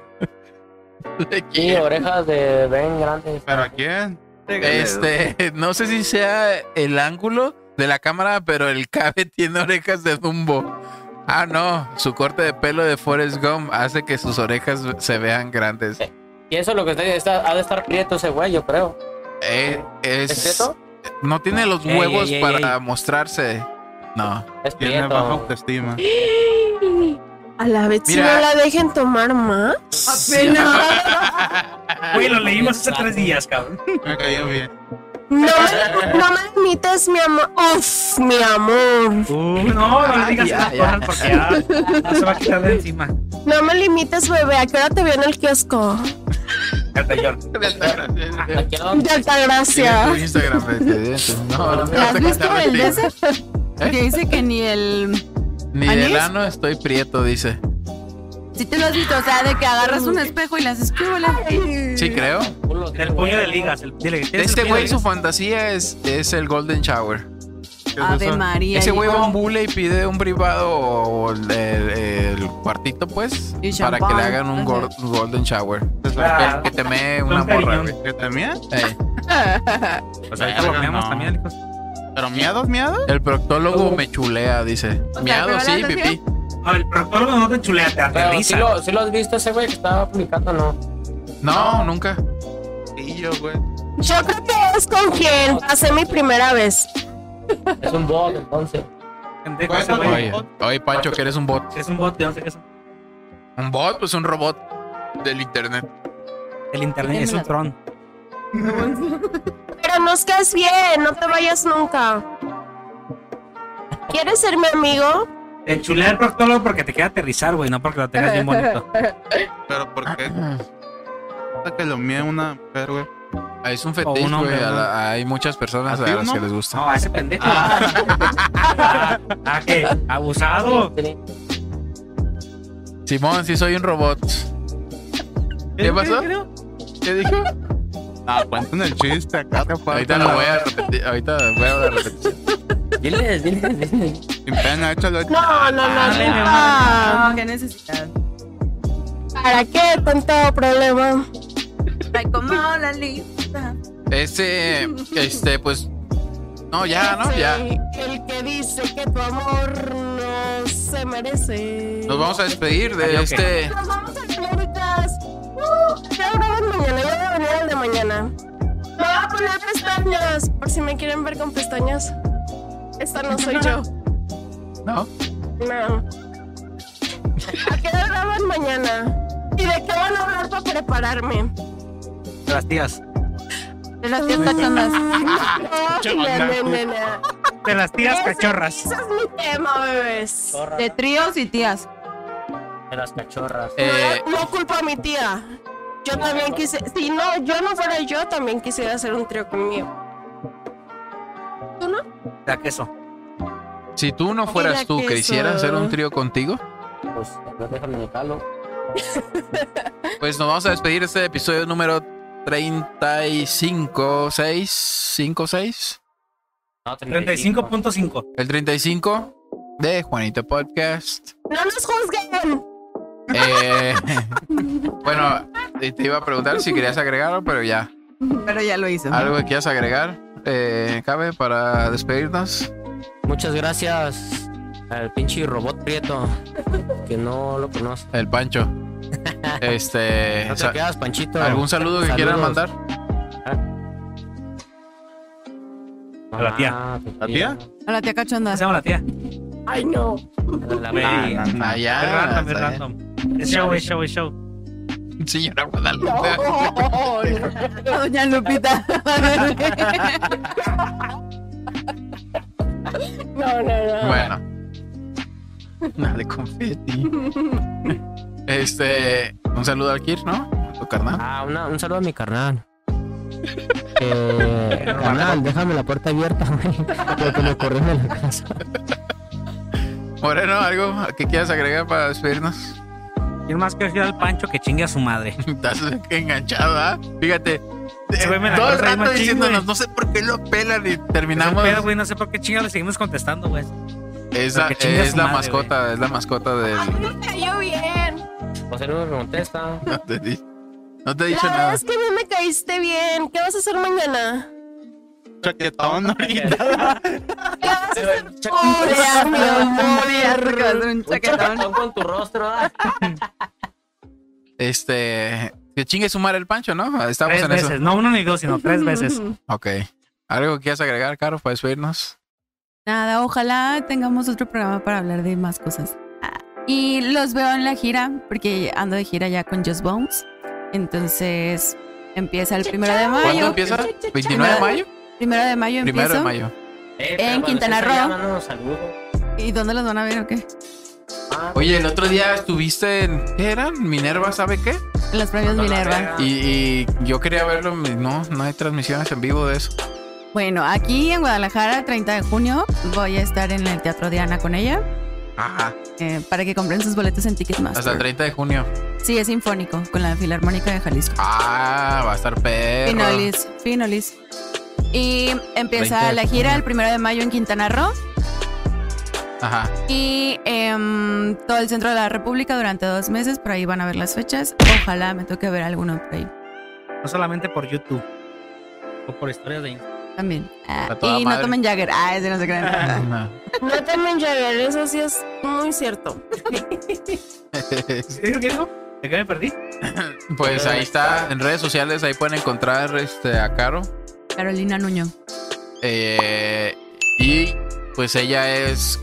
Speaker 4: Y orejas de Ben grandes.
Speaker 5: ¿Pero a quién?
Speaker 1: Este, no sé si sea el ángulo de la cámara, pero el cabe tiene orejas de Dumbo. Ah, no, su corte de pelo de Forrest Gump hace que sus orejas se vean grandes.
Speaker 4: Y eso es lo que está, está- ha de estar prieto ese güey, yo creo.
Speaker 1: Eh,
Speaker 4: ¿Es
Speaker 1: es,
Speaker 4: eso?
Speaker 1: no tiene los
Speaker 4: Ey,
Speaker 1: huevos
Speaker 4: ey, ey,
Speaker 1: para mostrarse. No.
Speaker 4: Es
Speaker 5: Tiene baja
Speaker 6: [laughs]
Speaker 4: prieto.
Speaker 5: autoestima.
Speaker 6: A la vez, si no
Speaker 1: Mira.
Speaker 6: la dejen tomar más.
Speaker 2: Güey,
Speaker 1: Ah,
Speaker 2: lo leímos hace tres
Speaker 1: [laughs]
Speaker 2: días, cabrón.
Speaker 5: Me cayó bien.
Speaker 6: No me, no me limites, mi amor. Uf, mi amor.
Speaker 2: No, no le digas
Speaker 1: Ah, ya,
Speaker 2: esas cosas porque ya no se va a
Speaker 1: [laughs]
Speaker 2: quitar de encima.
Speaker 6: No me limites, bebé. ¿A qué hora te veo en el kiosco?
Speaker 2: Cartellón.
Speaker 6: De Altagracia.
Speaker 1: Tienes tu Instagram, vete, vete. No, no me vas
Speaker 3: ¿Has
Speaker 1: a
Speaker 3: visto
Speaker 1: contar
Speaker 3: el de
Speaker 1: mentira.
Speaker 3: ese?
Speaker 1: ¿Eh?
Speaker 3: Que dice que ni el.
Speaker 1: Ni
Speaker 3: ¿Anís?
Speaker 1: del ano estoy prieto, dice.
Speaker 3: Si te lo has visto, o sea, de que agarras un espejo y le haces "¿Qué hubo, la-?"
Speaker 1: Sí, creo.
Speaker 2: El puño de ligas. El, dile, ¿tienes
Speaker 1: Este
Speaker 2: el puño
Speaker 1: güey,
Speaker 2: de
Speaker 1: su
Speaker 2: ligas?
Speaker 1: fantasía es, es el Golden Shower.
Speaker 3: Ave María.
Speaker 1: Ese
Speaker 3: y-
Speaker 1: güey va a un bule y pide un privado o el, el cuartito, pues,
Speaker 3: Y
Speaker 1: para que le
Speaker 3: champán.
Speaker 1: hagan un gor- Golden Shower.
Speaker 2: Ah,
Speaker 1: Que te mee una
Speaker 2: Con
Speaker 1: morra,
Speaker 2: cariño.
Speaker 1: güey.
Speaker 5: ¿Que también?
Speaker 1: Ey.
Speaker 2: Pues ahorita lo
Speaker 5: Verga,
Speaker 2: meamos
Speaker 5: no.
Speaker 2: también, hijos.
Speaker 5: ¿Pero miados, miados?
Speaker 1: El proctólogo me chulea, dice.
Speaker 3: sea,
Speaker 1: Miado,
Speaker 3: ¿pero
Speaker 1: sí,
Speaker 3: la
Speaker 1: pipí.
Speaker 2: A ver, pero todo no te chulea, te
Speaker 4: Pero si
Speaker 2: aterriza.
Speaker 4: lo, sí lo has visto ese güey que estaba publicando, no.
Speaker 1: No, nunca.
Speaker 5: Sí, yo, güey.
Speaker 6: Yo creo que es con quien pasé mi primera vez.
Speaker 4: Es un bot, entonces.
Speaker 2: Gente, ese
Speaker 5: Oye.
Speaker 2: güey
Speaker 1: Oye, oye, Pancho, que eres un bot.
Speaker 2: Es un bot, yo no sé qué es.
Speaker 1: Un bot, pues un robot del internet.
Speaker 2: El internet es un tron.
Speaker 6: Pero nos caes bien, no te vayas nunca. ¿Quieres ser mi amigo?
Speaker 2: Te chulea el proctólogo porque te queda aterrizar, güey, no porque lo tengas bien bonito.
Speaker 5: ¿Pero
Speaker 1: [clears throat]
Speaker 5: por qué? Hasta que lo mía una mujer, güey.
Speaker 1: Ah, Es un
Speaker 2: O
Speaker 1: fetiche,
Speaker 2: un hombre,
Speaker 1: güey. a
Speaker 2: ¿no?
Speaker 1: la- Hay muchas personas
Speaker 5: ¿A
Speaker 1: a,
Speaker 5: ti
Speaker 1: las
Speaker 5: no?
Speaker 1: que les gusta.
Speaker 2: No, a ese pendejo. [laughs] Ah, ah, ¿qué? Abusado.
Speaker 1: Simón, sí soy un robot. ¿Qué pasó? ¿Qué dijo?
Speaker 5: Ah, cuenten el chiste, acá te
Speaker 1: [laughs]
Speaker 5: falta.
Speaker 1: Ahorita lo voy a repetir. Ahorita voy a repetir.
Speaker 4: Diles, diles, diles.
Speaker 5: Sin pena, échalo. Ah, échalo.
Speaker 6: No, no, no.
Speaker 2: Dale, mi
Speaker 6: nunca.
Speaker 3: No, que necesitas.
Speaker 6: ¿Para qué tanto problema?
Speaker 3: Ay, como la lista.
Speaker 1: Este, este, pues. No, ya, ¿no? Ya.
Speaker 6: Sí, El que dice que tu amor no se merece.
Speaker 1: Nos vamos a despedir de
Speaker 2: Adiós,
Speaker 1: este.
Speaker 6: Nos vamos a tener ahorita. Uh, ya grabamos mañana, ya voy a venir al de mañana. Me voy a poner pestañas, por si me quieren ver con pestañas. Esta no soy yo.
Speaker 1: ¿No?
Speaker 6: No. ¿A qué hora graban mañana? ¿Y de qué van a hablar para prepararme?
Speaker 2: De las tías.
Speaker 3: De las tías
Speaker 6: [laughs]
Speaker 3: cachondas.
Speaker 6: No, no, no, no.
Speaker 2: De las tías
Speaker 6: Ese-
Speaker 2: cachorras.
Speaker 6: Ese es mi tema, bebés.
Speaker 3: De tríos y tías.
Speaker 4: De las cachorras.
Speaker 1: Eh,
Speaker 6: No, no culpa a mi tía. Yo también quise. Si no, yo no fuera yo, también quisiera hacer un trío conmigo. ¿Tú no?
Speaker 2: De queso.
Speaker 1: si tú no fueras
Speaker 6: Mira
Speaker 1: tú,
Speaker 6: que
Speaker 1: que hicieras
Speaker 6: eso.
Speaker 1: hacer un trío contigo,
Speaker 4: Pues no déjame ni palo.
Speaker 1: pues nos vamos a despedir de este episodio número 35, 6, 5, 6.
Speaker 4: No, 35.
Speaker 2: 35.5.
Speaker 1: El 35 de Juanito Podcast.
Speaker 6: No nos juzguen.
Speaker 1: Eh, [laughs] bueno, te te iba a preguntar si querías agregarlo, pero ya.
Speaker 3: Pero ya lo hizo.
Speaker 1: ¿Algo que quieras agregar? Eh, ¿Cabe para despedirnos?
Speaker 4: Muchas gracias al pinche robot prieto. Que no lo conozco.
Speaker 1: El [laughs] Pancho. Este.
Speaker 4: No te
Speaker 1: sa-
Speaker 4: quedas, Panchito.
Speaker 1: ¿Algún saludo que quieras mandar?
Speaker 4: Saludos.
Speaker 2: A la tía.
Speaker 4: Ah, tu
Speaker 5: ¿La tía?
Speaker 3: A la tía cachonda.
Speaker 2: ¿Cómo se llama la tía?
Speaker 1: [laughs]
Speaker 6: Ay, no.
Speaker 4: La
Speaker 2: Güey.
Speaker 4: tía.
Speaker 1: Ah, ya,
Speaker 2: es random, es
Speaker 1: está bien.
Speaker 2: random. Es show, es show, es show.
Speaker 1: [laughs] Señora Guadalupe.
Speaker 3: A doña Lupita.
Speaker 6: No, no, no.
Speaker 1: Bueno. [laughs] Nada de
Speaker 2: [laughs]
Speaker 1: confeti. Este. Un saludo al Kir, ¿no? A tu carnal.
Speaker 4: Ah, una- un saludo a mi
Speaker 1: [laughs]
Speaker 4: carnal. Eh, carnal, déjame la puerta abierta, güey. Porque me corrieron de la casa.
Speaker 1: Moreno, ¿algo que quieras agregar para despedirnos? [laughs]
Speaker 2: ¿Quién más que decir al Pancho que chingue a su madre?
Speaker 1: Estás enganchada. Fíjate.
Speaker 2: Ese güey me la
Speaker 1: Todo el
Speaker 2: corta ahí
Speaker 1: rato
Speaker 2: machín,
Speaker 1: diciéndonos,
Speaker 2: güey.
Speaker 1: no sé por qué lo pelan y terminamos.
Speaker 2: Es el pedo, güey, no sé por qué chingados le seguimos contestando, güey.
Speaker 1: Es
Speaker 2: Pero
Speaker 1: la,
Speaker 2: que chingue a
Speaker 1: es
Speaker 2: su
Speaker 1: la
Speaker 2: madre,
Speaker 1: mascota, es la mascota
Speaker 6: A mí
Speaker 1: [laughs] del.
Speaker 6: me cayó bien.
Speaker 4: O sea, no me contesta.
Speaker 1: No te, di- no te he
Speaker 6: La
Speaker 1: dicho
Speaker 6: verdad
Speaker 1: nada.
Speaker 6: es que a mí me caíste bien. ¿Qué vas a hacer mañana?
Speaker 5: Chaquetón ahorita.
Speaker 6: ¿Qué vas a hacer? Pobre, mi
Speaker 1: [laughs]
Speaker 6: amor.
Speaker 3: Un chaquetón.
Speaker 4: con tu rostro. ah.
Speaker 1: Este. Que chingue sumar el pancho, ¿no? Estamos
Speaker 2: Tres
Speaker 1: en
Speaker 2: veces,
Speaker 1: eso.
Speaker 2: no uno ni dos, sino tres veces.
Speaker 1: Ok. ¿Algo que quieras agregar, Caro, para despedirnos?
Speaker 3: Nada, ojalá tengamos otro programa para hablar de más cosas. Ah, Y los veo en la gira, porque ando de gira ya con Just Bones. Entonces empieza el primero de mayo.
Speaker 1: ¿Cuándo empieza? ¿29 de mayo?
Speaker 3: Primero de mayo
Speaker 1: Primero de
Speaker 3: empiezo.
Speaker 1: mayo.
Speaker 4: Eh, pero cuando
Speaker 3: Quintana
Speaker 4: se
Speaker 3: Roo.
Speaker 4: llaman, saludos.
Speaker 3: ¿Y dónde los van a ver o qué?
Speaker 4: Ah,
Speaker 1: Oye, el otro día estuviste en. ¿Qué eran? ¿Minerva sabe qué?
Speaker 3: En los premios
Speaker 4: No, no,
Speaker 3: Minerva.
Speaker 4: verga.
Speaker 1: Y, y yo quería verlo. No, no hay transmisiones en vivo de eso.
Speaker 3: Bueno, aquí en Guadalajara, 30 de junio, voy a estar en el Teatro Diana con ella
Speaker 1: Ajá.
Speaker 3: eh, para que compren sus boletos en
Speaker 1: Hasta el
Speaker 3: Ticketmaster.
Speaker 1: 30 de junio.
Speaker 3: Sí, es sinfónico con la Filarmónica de Jalisco.
Speaker 1: Ah, va a estar perro.
Speaker 3: Finolis, Finolis. Y
Speaker 1: 30
Speaker 3: empieza
Speaker 1: de
Speaker 3: la gira
Speaker 1: junio.
Speaker 3: el primero de mayo en Quintana Roo
Speaker 2: [laughs]
Speaker 1: Ajá.
Speaker 3: y em, todo el centro de la República durante dos meses. Por ahí van a ver las fechas. Ojalá me toque ver alguno por ahí
Speaker 4: no solamente por YouTube o por historias de Instagram.
Speaker 3: también. Ah,
Speaker 1: A toda
Speaker 3: y no
Speaker 1: madre.
Speaker 3: tomen Jagger. Ah, ese no
Speaker 1: [laughs]
Speaker 3: se crean.
Speaker 1: Ajá.
Speaker 6: No te Jagger, eso sí es muy cierto.
Speaker 2: ¿Qué dijo? ¿De qué me perdí?
Speaker 1: pues ahí está. En redes sociales ahí pueden encontrar este, a Caro.
Speaker 3: Carolina Nuño.
Speaker 1: Eh, y pues ella es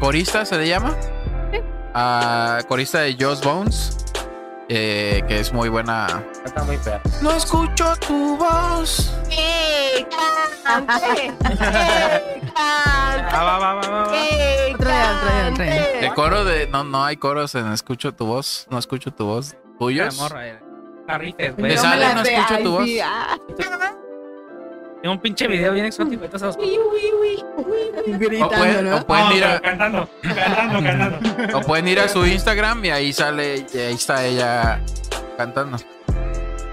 Speaker 1: corista, se le llama. Ah, corista de Joss Bones. eh, que es muy buena.
Speaker 4: Está muy fea.
Speaker 1: No escucho tu voz.
Speaker 6: ¡Que [laughs] cante! ¡Que cante!
Speaker 2: Ah, va, va, va, va, va.
Speaker 6: ¡Que
Speaker 3: Otro día, otro día, otro día.
Speaker 6: cante!
Speaker 1: El coro de. No, no hay coros en Escucho tu voz. No escucho tu voz. ¿Tuyos?
Speaker 4: Esa morra, eh.
Speaker 2: Carrites,
Speaker 1: Me
Speaker 2: güey.
Speaker 1: sale,
Speaker 3: las
Speaker 1: no
Speaker 3: sé,
Speaker 1: escucho
Speaker 3: ay,
Speaker 1: tu voz.
Speaker 3: sí, ah.
Speaker 2: Tengo un pinche video bien exótico.
Speaker 1: O
Speaker 2: Entonces,
Speaker 1: pueden,
Speaker 3: Gritando,
Speaker 1: o
Speaker 3: ¿no?
Speaker 1: pueden
Speaker 2: No,
Speaker 1: ir
Speaker 2: pero
Speaker 1: a,
Speaker 2: cantando, cantando, cantando.
Speaker 1: o pueden ir a su Instagram y ahí sale. y ahí está ella cantando.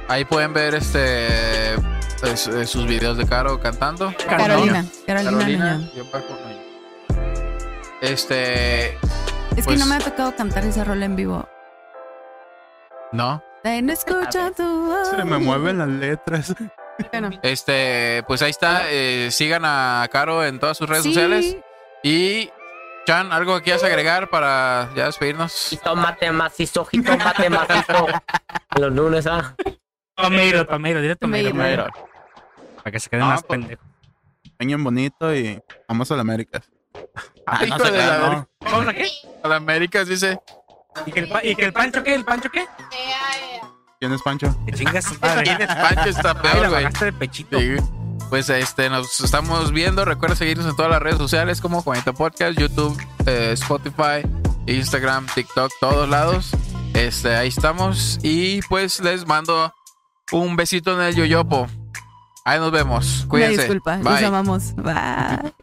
Speaker 1: Ahí pueden ver este. pues, eh, sus videos de Caro cantando.
Speaker 3: Carolina, Carolina, Nuño.
Speaker 1: oh, Carolina. yo bajo Nuño. Este.
Speaker 3: Es
Speaker 1: Pues-
Speaker 3: que no me ha tocado cantar ese rol en vivo.
Speaker 1: No. [laughs]
Speaker 3: Ay, no escucha tu voz.
Speaker 5: Se me mueven las letras.
Speaker 3: Bueno,
Speaker 1: Este. Pues ahí está. eh, sigan a Caro en todas sus redes
Speaker 3: sí,
Speaker 1: sociales. Y. Chan, ¿algo que quieras agregar para ya despedirnos?
Speaker 4: Y tomate macizo, y tomate macizo. Los lunes, ¿ah?
Speaker 2: Tomero, Tomero, dile Tomero,
Speaker 3: Tomero.
Speaker 2: güey, Para que se queden
Speaker 5: Ah,
Speaker 2: más
Speaker 5: pues.
Speaker 2: pendejos.
Speaker 5: Sueñen bonito y vamos a la América.
Speaker 1: Ah,
Speaker 5: no
Speaker 1: hijo
Speaker 5: se
Speaker 1: de
Speaker 5: crean,
Speaker 1: la
Speaker 5: no.
Speaker 1: verga.
Speaker 2: ¿Vamos a qué?
Speaker 1: A la América [laughs] dice.
Speaker 2: ¿Y que el, pa- y que el Pancho qué? ¿El Pancho qué?
Speaker 5: ¿Quién es Pancho?
Speaker 2: Te chingas su madre.
Speaker 1: Pancho está
Speaker 2: Ay, la
Speaker 1: peor, güey.
Speaker 2: bajaste de pechito.
Speaker 1: Sí. Pues este, nos estamos viendo. Recuerda seguirnos en todas las redes sociales como Juanito Podcast, YouTube, eh, Spotify, Instagram, TikTok, todos lados. Este, ahí estamos. Y pues les mando un besito en el yoyopo. Ahí nos vemos.
Speaker 3: Una
Speaker 1: Cuídense.
Speaker 3: disculpa, los
Speaker 1: Bye.
Speaker 3: amamos. Bye.